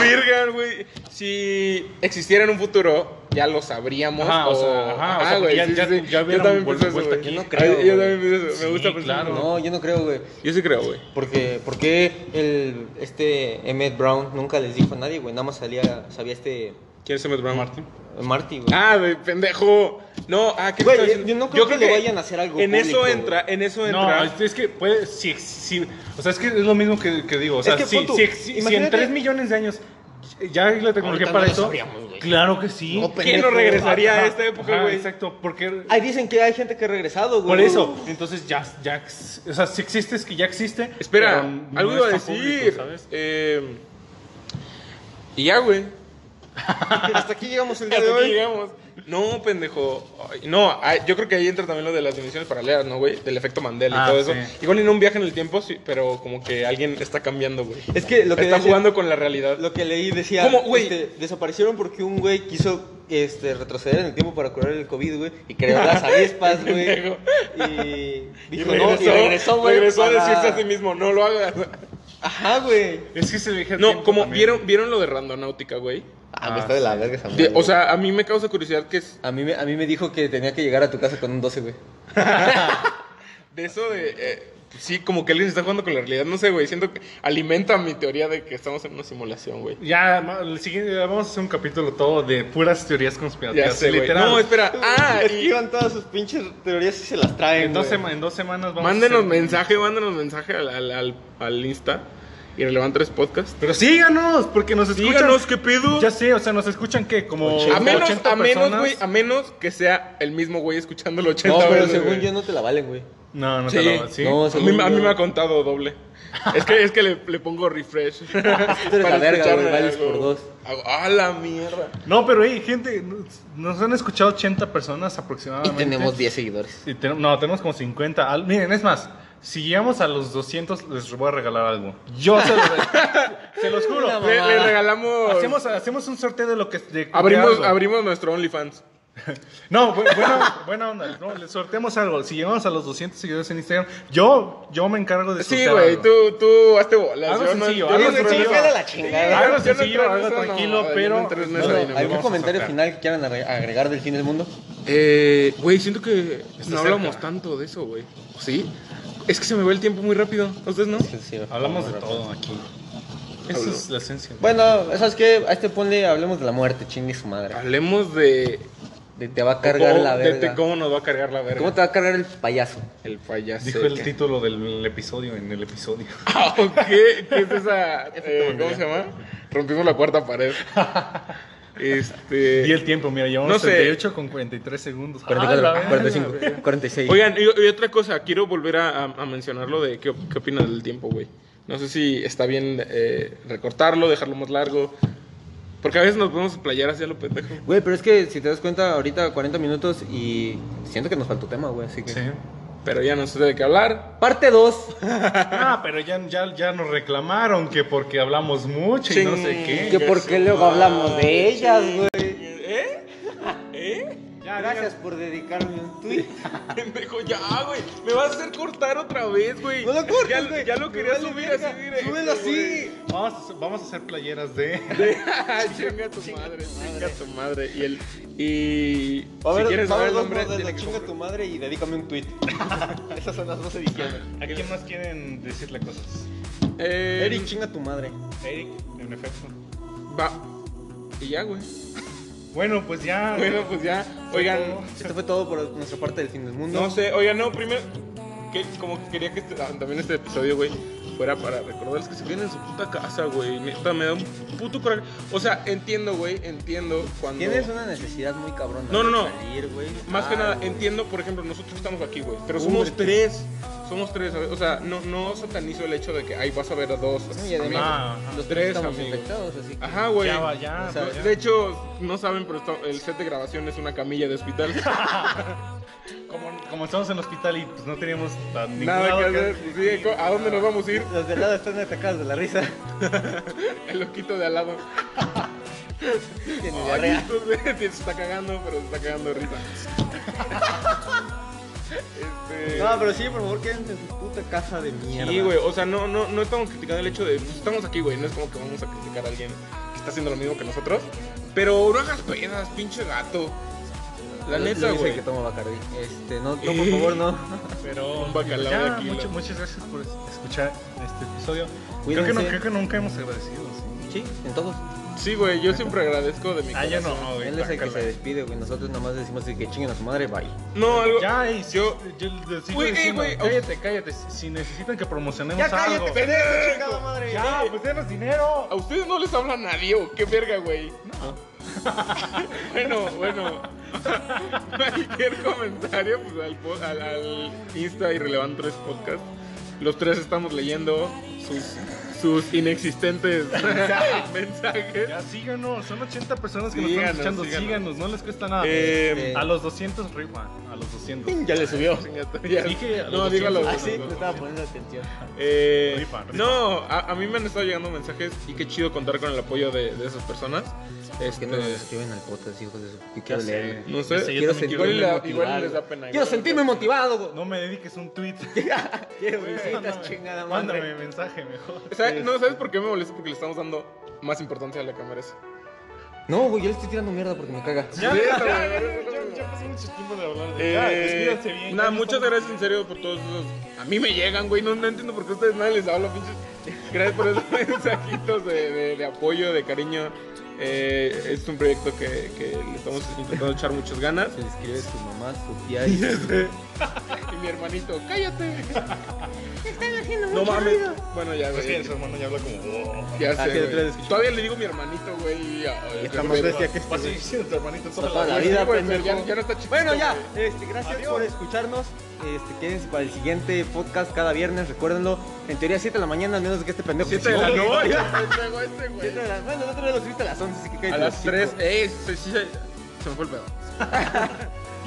Speaker 1: ¡Qué virga, güey! Si existiera en un futuro, ya lo sabríamos.
Speaker 3: Ajá, o
Speaker 1: o, ah,
Speaker 3: sea, ajá, o sea,
Speaker 1: güey,
Speaker 3: ya-
Speaker 1: sí,
Speaker 3: ya-
Speaker 1: sí,
Speaker 3: ya
Speaker 1: sí.
Speaker 3: hubieran
Speaker 1: también
Speaker 3: vuelto-
Speaker 1: pienso eso,
Speaker 3: vuelto
Speaker 1: güey.
Speaker 4: aquí. Yo no creo,
Speaker 1: Ay, Yo
Speaker 4: güey.
Speaker 1: también pienso eso, me
Speaker 3: Sí,
Speaker 1: gusta pensar.
Speaker 3: claro.
Speaker 1: eso.
Speaker 4: No, yo no creo, güey.
Speaker 1: Yo sí creo, güey.
Speaker 4: Porque, ¿Por qué el, este Emmett Brown nunca les dijo a nadie, güey? Nada más salía, sabía este
Speaker 1: ¿Quién es Emmett Brown?
Speaker 3: Martín.
Speaker 4: Marty, güey.
Speaker 1: Ah, güey, pendejo. No, ah, ¿qué te
Speaker 4: Güey,
Speaker 1: estaba
Speaker 4: yo-
Speaker 1: diciendo?
Speaker 4: yo no creo que le vayan a hacer algo
Speaker 1: En
Speaker 4: público,
Speaker 1: eso
Speaker 4: güey.
Speaker 1: entra, en eso entra.
Speaker 3: No, es, es que puede, si, si- o sea, es que es lo mismo que, que digo, o
Speaker 4: Es
Speaker 3: sea,
Speaker 4: que
Speaker 3: si,
Speaker 4: pon tú,
Speaker 3: si ex- si en
Speaker 4: imagínate-
Speaker 3: 3 millones de años ya hay la tecnología
Speaker 4: Ahorita
Speaker 3: para
Speaker 4: no lo
Speaker 3: eso,
Speaker 4: sabríamos, güey.
Speaker 3: claro que sí.
Speaker 4: No,
Speaker 1: ¿Quién no
Speaker 4: pendejo.
Speaker 1: regresaría a
Speaker 3: Ajá,
Speaker 1: esta época,
Speaker 3: ajá,
Speaker 1: güey?
Speaker 3: Exacto, porque
Speaker 4: Ahí dicen que hay gente que ha regresado, güey.
Speaker 3: por eso, entonces ya, ya, ex- o sea, si existe es que ya existe.
Speaker 1: Espera,
Speaker 3: pero no
Speaker 1: algo iba a
Speaker 3: está público,
Speaker 1: decir.
Speaker 3: ¿sabes?
Speaker 1: Eh, y ya, güey.
Speaker 4: Hasta aquí llegamos el
Speaker 1: Hasta
Speaker 4: día de
Speaker 1: aquí
Speaker 4: hoy.
Speaker 1: llegamos. No, pendejo. Ay, No, ay, yo creo que ahí entra también lo de las dimensiones paralelas, ¿no, güey? Del efecto Mandela y
Speaker 3: Ah,
Speaker 1: todo eso.
Speaker 3: sí.
Speaker 1: Igual en un viaje en el tiempo, sí, pero como que alguien está cambiando, güey.
Speaker 4: Es que lo que
Speaker 1: está
Speaker 4: decía-
Speaker 1: jugando con la realidad.
Speaker 4: Lo que leí decía,
Speaker 1: ¿Cómo, güey?
Speaker 4: este, desaparecieron porque un güey quiso este, retroceder en el tiempo para curar el COVID, güey, y creó las avispas, güey.
Speaker 1: Pendejo.
Speaker 4: Y
Speaker 1: Y
Speaker 4: dijo, no, y regresó, güey.
Speaker 1: regresó a
Speaker 4: para-
Speaker 1: decirse a sí mismo, no lo hagas.
Speaker 4: Ajá, güey.
Speaker 3: Es que se le dije al
Speaker 1: No,
Speaker 3: tiempo
Speaker 1: como
Speaker 3: también.
Speaker 1: vieron, vieron lo de Randonáutica, güey.
Speaker 4: Ah, me está de la verga esa
Speaker 1: De-
Speaker 4: madre,
Speaker 1: o sea, a mí me causa curiosidad que es
Speaker 4: güey. a mí, me, a mí me dijo que tenía que llegar a tu casa con un 12, güey.
Speaker 1: de eso de... eh, sí, como que alguien está jugando con la realidad. No sé, güey. Siento que alimenta mi teoría de que estamos en una simulación, güey.
Speaker 3: Ya, ma- el siguiente, vamos a hacer un capítulo todo de puras teorías conspirativas.
Speaker 1: Ya sé, güey.
Speaker 3: literal.
Speaker 1: No, espera. Ah, y-
Speaker 4: Esquivan todas sus pinches teorías y se las traen,
Speaker 3: en, dos
Speaker 4: güey.
Speaker 3: sema- en dos semanas vamos a
Speaker 1: mándenos
Speaker 3: hacer-
Speaker 1: mensaje, mándenos mensaje al, al, al, al Insta. Irrelevant 3 Podcast.
Speaker 3: Pero síganos, porque nos escuchan.
Speaker 1: Díganos qué pedo.
Speaker 3: Ya sé, o sea, nos escuchan que como.
Speaker 1: A menos,
Speaker 3: 80
Speaker 1: a menos,
Speaker 3: personas.
Speaker 1: güey, a menos que sea el mismo güey escuchándolo 80
Speaker 4: No, pero
Speaker 1: veces,
Speaker 4: según
Speaker 1: güey.
Speaker 4: yo no te la valen, güey.
Speaker 3: No, no te
Speaker 1: Sí.
Speaker 3: lo ¿sí?
Speaker 4: No,
Speaker 1: A mí, a mí
Speaker 4: yo-
Speaker 1: me ha contado doble. Es que, es que le, le pongo refresh.
Speaker 4: la
Speaker 1: Para
Speaker 4: verga,
Speaker 1: escucharme
Speaker 4: güey, vales
Speaker 1: algo.
Speaker 4: por dos.
Speaker 1: Hago, ¡Ah, la mierda!
Speaker 3: No, pero hey, gente, nos- nos han escuchado 80 personas
Speaker 4: Y
Speaker 3: aproximadamente.
Speaker 4: tenemos 10 seguidores.
Speaker 3: Y tenem- no, tenemos como 50. Al- miren, es más, si llegamos a los 200, les voy a regalar algo. Yo se los, se los juro.
Speaker 4: Una
Speaker 1: Le, le
Speaker 4: Mamá.
Speaker 1: regalamos.
Speaker 3: Hacemos, hacemos un sorteo de lo que. de- de
Speaker 1: abrimos,
Speaker 3: algo.
Speaker 1: abrimos nuestro OnlyFans.
Speaker 3: No, bu- buena, buena onda. No, les sorteamos algo. Si llegamos a los 200 seguidores en Instagram, yo, yo me encargo de
Speaker 1: Sí,
Speaker 3: sortear
Speaker 1: güey,
Speaker 3: Pues algo.
Speaker 1: tú, tú hazte bolas.
Speaker 3: Algo
Speaker 1: yo no-
Speaker 3: sencillo,
Speaker 1: yo
Speaker 3: algo
Speaker 1: no entro en
Speaker 3: sencillo.
Speaker 1: eso.
Speaker 4: Hágala chingada.
Speaker 1: Yo no-
Speaker 3: Algo
Speaker 1: yo no
Speaker 3: sencillo,
Speaker 1: entro en
Speaker 3: algo
Speaker 1: eso, no,
Speaker 3: tranquilo,
Speaker 1: yo no
Speaker 3: pero-
Speaker 1: entro en
Speaker 3: No,
Speaker 1: eso,
Speaker 3: no,
Speaker 1: y no me
Speaker 3: vamos
Speaker 4: ¿Algún
Speaker 3: a
Speaker 1: vamos.
Speaker 4: comentario
Speaker 3: sacar.
Speaker 4: final que quieran agre- agregar del fin del mundo?
Speaker 1: Eh, güey, siento que
Speaker 3: Está
Speaker 1: no
Speaker 3: cerca.
Speaker 1: hablamos tanto de eso, güey. ¿Sí? Es que se me va el tiempo muy rápido. ¿Ustedes no?
Speaker 3: Hablamos de todo aquí. Esa
Speaker 1: Hablo.
Speaker 3: es la esencia.
Speaker 4: Bueno, ¿sabes qué? A este ponle hablemos de la muerte, chingue su madre.
Speaker 1: Hablemos de.
Speaker 4: De te va a cargar
Speaker 1: cómo-
Speaker 4: la
Speaker 1: de- de
Speaker 4: verga.
Speaker 1: ¿Cómo nos va a cargar la verga?
Speaker 4: ¿Cómo te va a cargar el payaso?
Speaker 1: El payaso.
Speaker 3: Dijo el título del episodio en el episodio.
Speaker 1: Ah, ok. ¿Qué es esa? eh, ¿Cómo se llama? Rompimos la cuarta pared. Este.
Speaker 3: Y el tiempo, mira, llevamos
Speaker 1: No sé.
Speaker 3: 38 con 43 segundos. Ah, la
Speaker 4: 44,
Speaker 3: verga.
Speaker 4: 45, 46.
Speaker 1: Oigan, y, y otra cosa, quiero volver a, a- a mencionar lo de qué, op- qué opinas del tiempo, güey. No sé si está bien eh, recortarlo, dejarlo más largo. Porque a veces nos podemos playar hacia lo pendejo.
Speaker 4: Güey, pero es que si te das cuenta, ahorita 40 minutos y siento que nos faltó tema, güey, así que...
Speaker 3: Sí.
Speaker 1: Pero ya no sé de qué hablar.
Speaker 4: Parte 2,
Speaker 3: Ah, pero ya, ya, ya nos reclamaron que porque hablamos mucho y no sé
Speaker 4: que
Speaker 3: qué.
Speaker 4: por qué luego hablamos de ellas, güey.
Speaker 1: ¿Eh? ¿Eh?
Speaker 3: Ya,
Speaker 4: Gracias por dedicarme un tweet.
Speaker 1: Pendejo, ya, güey. Me vas a hacer cortar otra vez, güey.
Speaker 4: No lo cortes,
Speaker 1: Ya-
Speaker 4: güey.
Speaker 1: Ya lo
Speaker 4: Me
Speaker 1: quería
Speaker 4: vale
Speaker 1: subir
Speaker 4: verga.
Speaker 1: así directo.
Speaker 4: Súbelo
Speaker 1: güey. Ah,
Speaker 4: así.
Speaker 3: digan, Vamos, a hacer- vamos a hacer playeras de...
Speaker 1: chinga tu madre, chinga tu madre. Y el. Y.
Speaker 4: Va a
Speaker 1: si
Speaker 4: haber-
Speaker 1: quieres
Speaker 4: va a
Speaker 1: saber
Speaker 4: haber
Speaker 1: el
Speaker 4: dos
Speaker 1: nombre,
Speaker 4: modelos,
Speaker 1: tiene que
Speaker 4: chinga tu madre y dedícame un tweet. Esas son las dos ediciones.
Speaker 3: ¿A quién más quieren decirle cosas?
Speaker 1: comprar. Eh,
Speaker 4: Eric, chinga tu madre.
Speaker 3: Eric, en efecto.
Speaker 1: Va. Y ya, güey.
Speaker 3: Bueno, pues ya.
Speaker 1: Bueno, pues ya. Oigan,
Speaker 4: Esto fue todo por nuestra parte del fin del mundo.
Speaker 1: no sé, oigan, no, primero. Que, como que quería que este- ah, también este episodio, güey, fuera para recordarles que se queden en su puta casa, güey. Neta, me da un puto coraje. O sea, entiendo, güey, entiendo cuando.
Speaker 4: Tienes una necesidad muy cabrona.
Speaker 1: No, no,
Speaker 4: de
Speaker 1: no.
Speaker 4: salir, güey.
Speaker 1: Más que
Speaker 4: Ah,
Speaker 1: nada,
Speaker 4: güey.
Speaker 1: entiendo, por ejemplo, nosotros estamos aquí, güey. Pero
Speaker 4: Uy,
Speaker 1: somos
Speaker 4: es que-
Speaker 1: tres. Somos tres, ¿sabes? o sea, no, no satanizo el hecho de que, ay, vas a ver a dos.
Speaker 4: No, y además,
Speaker 3: Ah, ajá.
Speaker 1: Tres
Speaker 4: los tres estamos
Speaker 1: amigos.
Speaker 4: infectados, así que.
Speaker 1: Ajá, güey.
Speaker 3: Ya, va, ya.
Speaker 4: O sea,
Speaker 3: va, ya.
Speaker 1: De hecho, no saben, pero está- el set de grabación es una camilla de hospital.
Speaker 3: como, como estamos en el hospital y pues no teníamos tan- ningún
Speaker 1: Nada
Speaker 3: lado
Speaker 1: que hacer. Sí, ah, ¿A dónde nos vamos a ir?
Speaker 4: Los de al lado están atacados de la risa.
Speaker 1: El loquito de al lado.
Speaker 4: Tienen
Speaker 1: Ay,
Speaker 4: diarrea.
Speaker 1: entonces, se está cagando, pero se está cagando de risa. Este...
Speaker 4: No, pero sí, por favor, quédense en su puta casa de mierda.
Speaker 1: Sí, güey, o sea, no, no, no estamos criticando el hecho de. pues, estamos aquí, güey, no es como que vamos a criticar a alguien que está haciendo lo mismo que nosotros. Pero no hagas pedas, pinche gato. La
Speaker 4: Lo-
Speaker 1: neta,
Speaker 4: lo dice el
Speaker 1: güey.
Speaker 4: que toma Bacardi. Este, no, no, por favor, no.
Speaker 3: Pero pues,
Speaker 1: Un bacalao
Speaker 3: ya,
Speaker 1: de kilo.
Speaker 3: mucho- muchas gracias por escuchar este episodio. Creo que,
Speaker 4: Cuídense.
Speaker 3: no, creo que nunca hemos agradecido.
Speaker 4: Sí,
Speaker 3: sí.
Speaker 4: en todos.
Speaker 1: Sí, güey, yo siempre agradezco de mi
Speaker 3: Ah,
Speaker 1: corazón.
Speaker 3: ya no, güey.
Speaker 4: Él es el que
Speaker 3: guácala.
Speaker 4: se despide, güey. Nosotros nomás decimos que chinguen a su madre, bye.
Speaker 1: No, algo.
Speaker 3: Ya, ey, sí,
Speaker 1: Yo-
Speaker 3: yo les sigo
Speaker 1: Güey, ey,
Speaker 3: diciendo,
Speaker 1: güey, oh.
Speaker 3: cállate, cállate. Si si necesitan que promocionemos algo.
Speaker 1: pendejo.
Speaker 4: madre!
Speaker 3: Ya, pues denos dinero.
Speaker 1: ¿A ustedes no les habla nadie o qué verga, güey? bueno, bueno. Cualquier comentario, pues al, po- al, al Insta Irrelevant 3 Podcast. Los tres estamos leyendo sus, sus inexistentes mensajes.
Speaker 3: Ya síganos, son 80 personas que
Speaker 1: Síganos,
Speaker 3: nos están escuchando.
Speaker 1: síganos.
Speaker 3: Síganos. no les cuesta nada.
Speaker 1: Eh,
Speaker 4: Este,
Speaker 3: a los 200 rifa, a los 200.
Speaker 4: Ya le subió.
Speaker 1: chingatorias.
Speaker 3: dije a los
Speaker 1: no, dígalo.
Speaker 3: 200.
Speaker 4: Ah, sí,
Speaker 1: no,
Speaker 4: me
Speaker 1: no.
Speaker 4: estaba poniendo atención.
Speaker 1: Eh,
Speaker 3: Rifa, rifa.
Speaker 1: No, a, a mí me han estado llegando mensajes y qué chido contar con el apoyo de, de esas personas.
Speaker 4: Es que
Speaker 1: Este,
Speaker 4: no nos escriben al podcast, hijos de su. Yo quiero
Speaker 3: sé.
Speaker 4: leer.
Speaker 1: no
Speaker 3: Yo
Speaker 1: sé,
Speaker 3: sé, yo
Speaker 1: quiero
Speaker 3: también
Speaker 1: sentir- igual, y
Speaker 3: quiero
Speaker 1: la-
Speaker 3: verme
Speaker 1: igual y les da pena.
Speaker 4: motivado. Quiero
Speaker 1: igual les da
Speaker 4: sentirme
Speaker 1: pena.
Speaker 4: motivado. güey.
Speaker 3: No me dediques un tweet.
Speaker 4: Quiero
Speaker 3: Güey,
Speaker 4: visitas,
Speaker 3: mándame-
Speaker 4: chingada
Speaker 3: Mándame
Speaker 4: madre.
Speaker 3: mensaje mejor.
Speaker 1: ¿Sabes? No, ¿sabes por qué me molesta? Porque le estamos dando más importancia a la que merece.
Speaker 4: No, güey, yo le estoy tirando mierda porque me caga.
Speaker 3: Ya,
Speaker 1: Sí,
Speaker 3: ya,
Speaker 1: está
Speaker 3: ya,
Speaker 1: bien.
Speaker 3: ya, ya pasó mucho tiempo de hablar de Ya,
Speaker 1: Eh,
Speaker 3: despídanse bien.
Speaker 1: nada,
Speaker 3: ya
Speaker 1: muchas
Speaker 3: estamos-
Speaker 1: gracias en serio por todos esos. A mí me llegan, güey. No, no entiendo por qué a ustedes nadie les habla, pinches. Gracias por esos mensajitos de, de- de apoyo, de cariño. Eh, es un proyecto que, que le estamos intentando echar muchas ganas.
Speaker 4: Se le escribe su mamá, su tía y
Speaker 1: Y mi hermanito, cállate. No mames. Bueno, ya,
Speaker 3: Es que
Speaker 1: güey.
Speaker 3: su hermano ya habla como.
Speaker 1: Ya
Speaker 4: Ah, que
Speaker 1: sé.
Speaker 4: detrás
Speaker 1: güey.
Speaker 4: escucho.
Speaker 1: Todavía le digo mi hermanito, güey. y- ay,
Speaker 4: está
Speaker 1: qué
Speaker 4: más
Speaker 1: verga.
Speaker 4: bestia que este,
Speaker 3: Así
Speaker 4: güey.
Speaker 3: sí, tu hermanito toda
Speaker 4: Toda la
Speaker 3: vida.
Speaker 1: Sí,
Speaker 4: vida,
Speaker 1: güey, pero
Speaker 4: pendejo.
Speaker 1: ya- ya no está chiquito,
Speaker 4: Bueno, ya,
Speaker 1: güey.
Speaker 4: este, gracias
Speaker 3: Adiós.
Speaker 4: por escucharnos. Este, quédense para el siguiente podcast cada viernes. Recuérdenlo, en teoría 7 de la mañana, al menos de que este pendejo.
Speaker 1: Siete
Speaker 4: se
Speaker 1: de la
Speaker 4: equivoque.
Speaker 1: noche. Este, güey, este, güey.
Speaker 4: Siete de la- Bueno, el otro día lo subiste a las 11, así que cállate
Speaker 1: A
Speaker 4: el
Speaker 1: las
Speaker 4: hocico.
Speaker 1: 3, ey, se, sí, se, se me fue el pedo.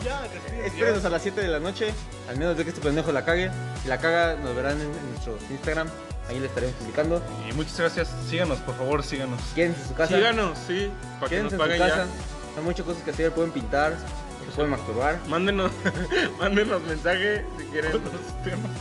Speaker 3: Ya, despídense.
Speaker 4: Espérenos a las 7 de la noche, al menos de que este pendejo la cague. Si la caga, nos verán en, en nuestro Instagram. Ahí le estaremos publicando.
Speaker 3: Y muchas gracias. Síganos, por favor, síganos.
Speaker 4: Quédense en su casa.
Speaker 1: Síganos, sí, para que nos
Speaker 4: quédense en su
Speaker 1: paguen
Speaker 4: casa.
Speaker 1: ya.
Speaker 4: Hay muchas cosas que hacer. Pueden pintar, se pueden masturbar.
Speaker 1: Mándenos, mándenos mensaje si quieren.
Speaker 3: Los temas.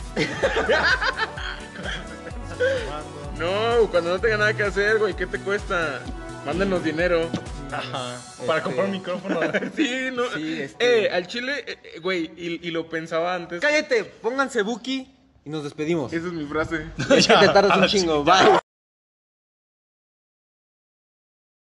Speaker 1: No, cuando no tenga nada que hacer, güey, ¿qué te cuesta? Mándenos dinero.
Speaker 3: Ajá.
Speaker 4: Este-
Speaker 3: Para comprar un micrófono.
Speaker 1: Sí, no.
Speaker 4: Sí, este-
Speaker 1: Eh, al chile, eh, eh, güey, y, y lo pensaba antes.
Speaker 4: Cállate, pónganse Buki y nos despedimos.
Speaker 1: Esa es mi frase.
Speaker 4: Es que te tardas un chingo. Bye.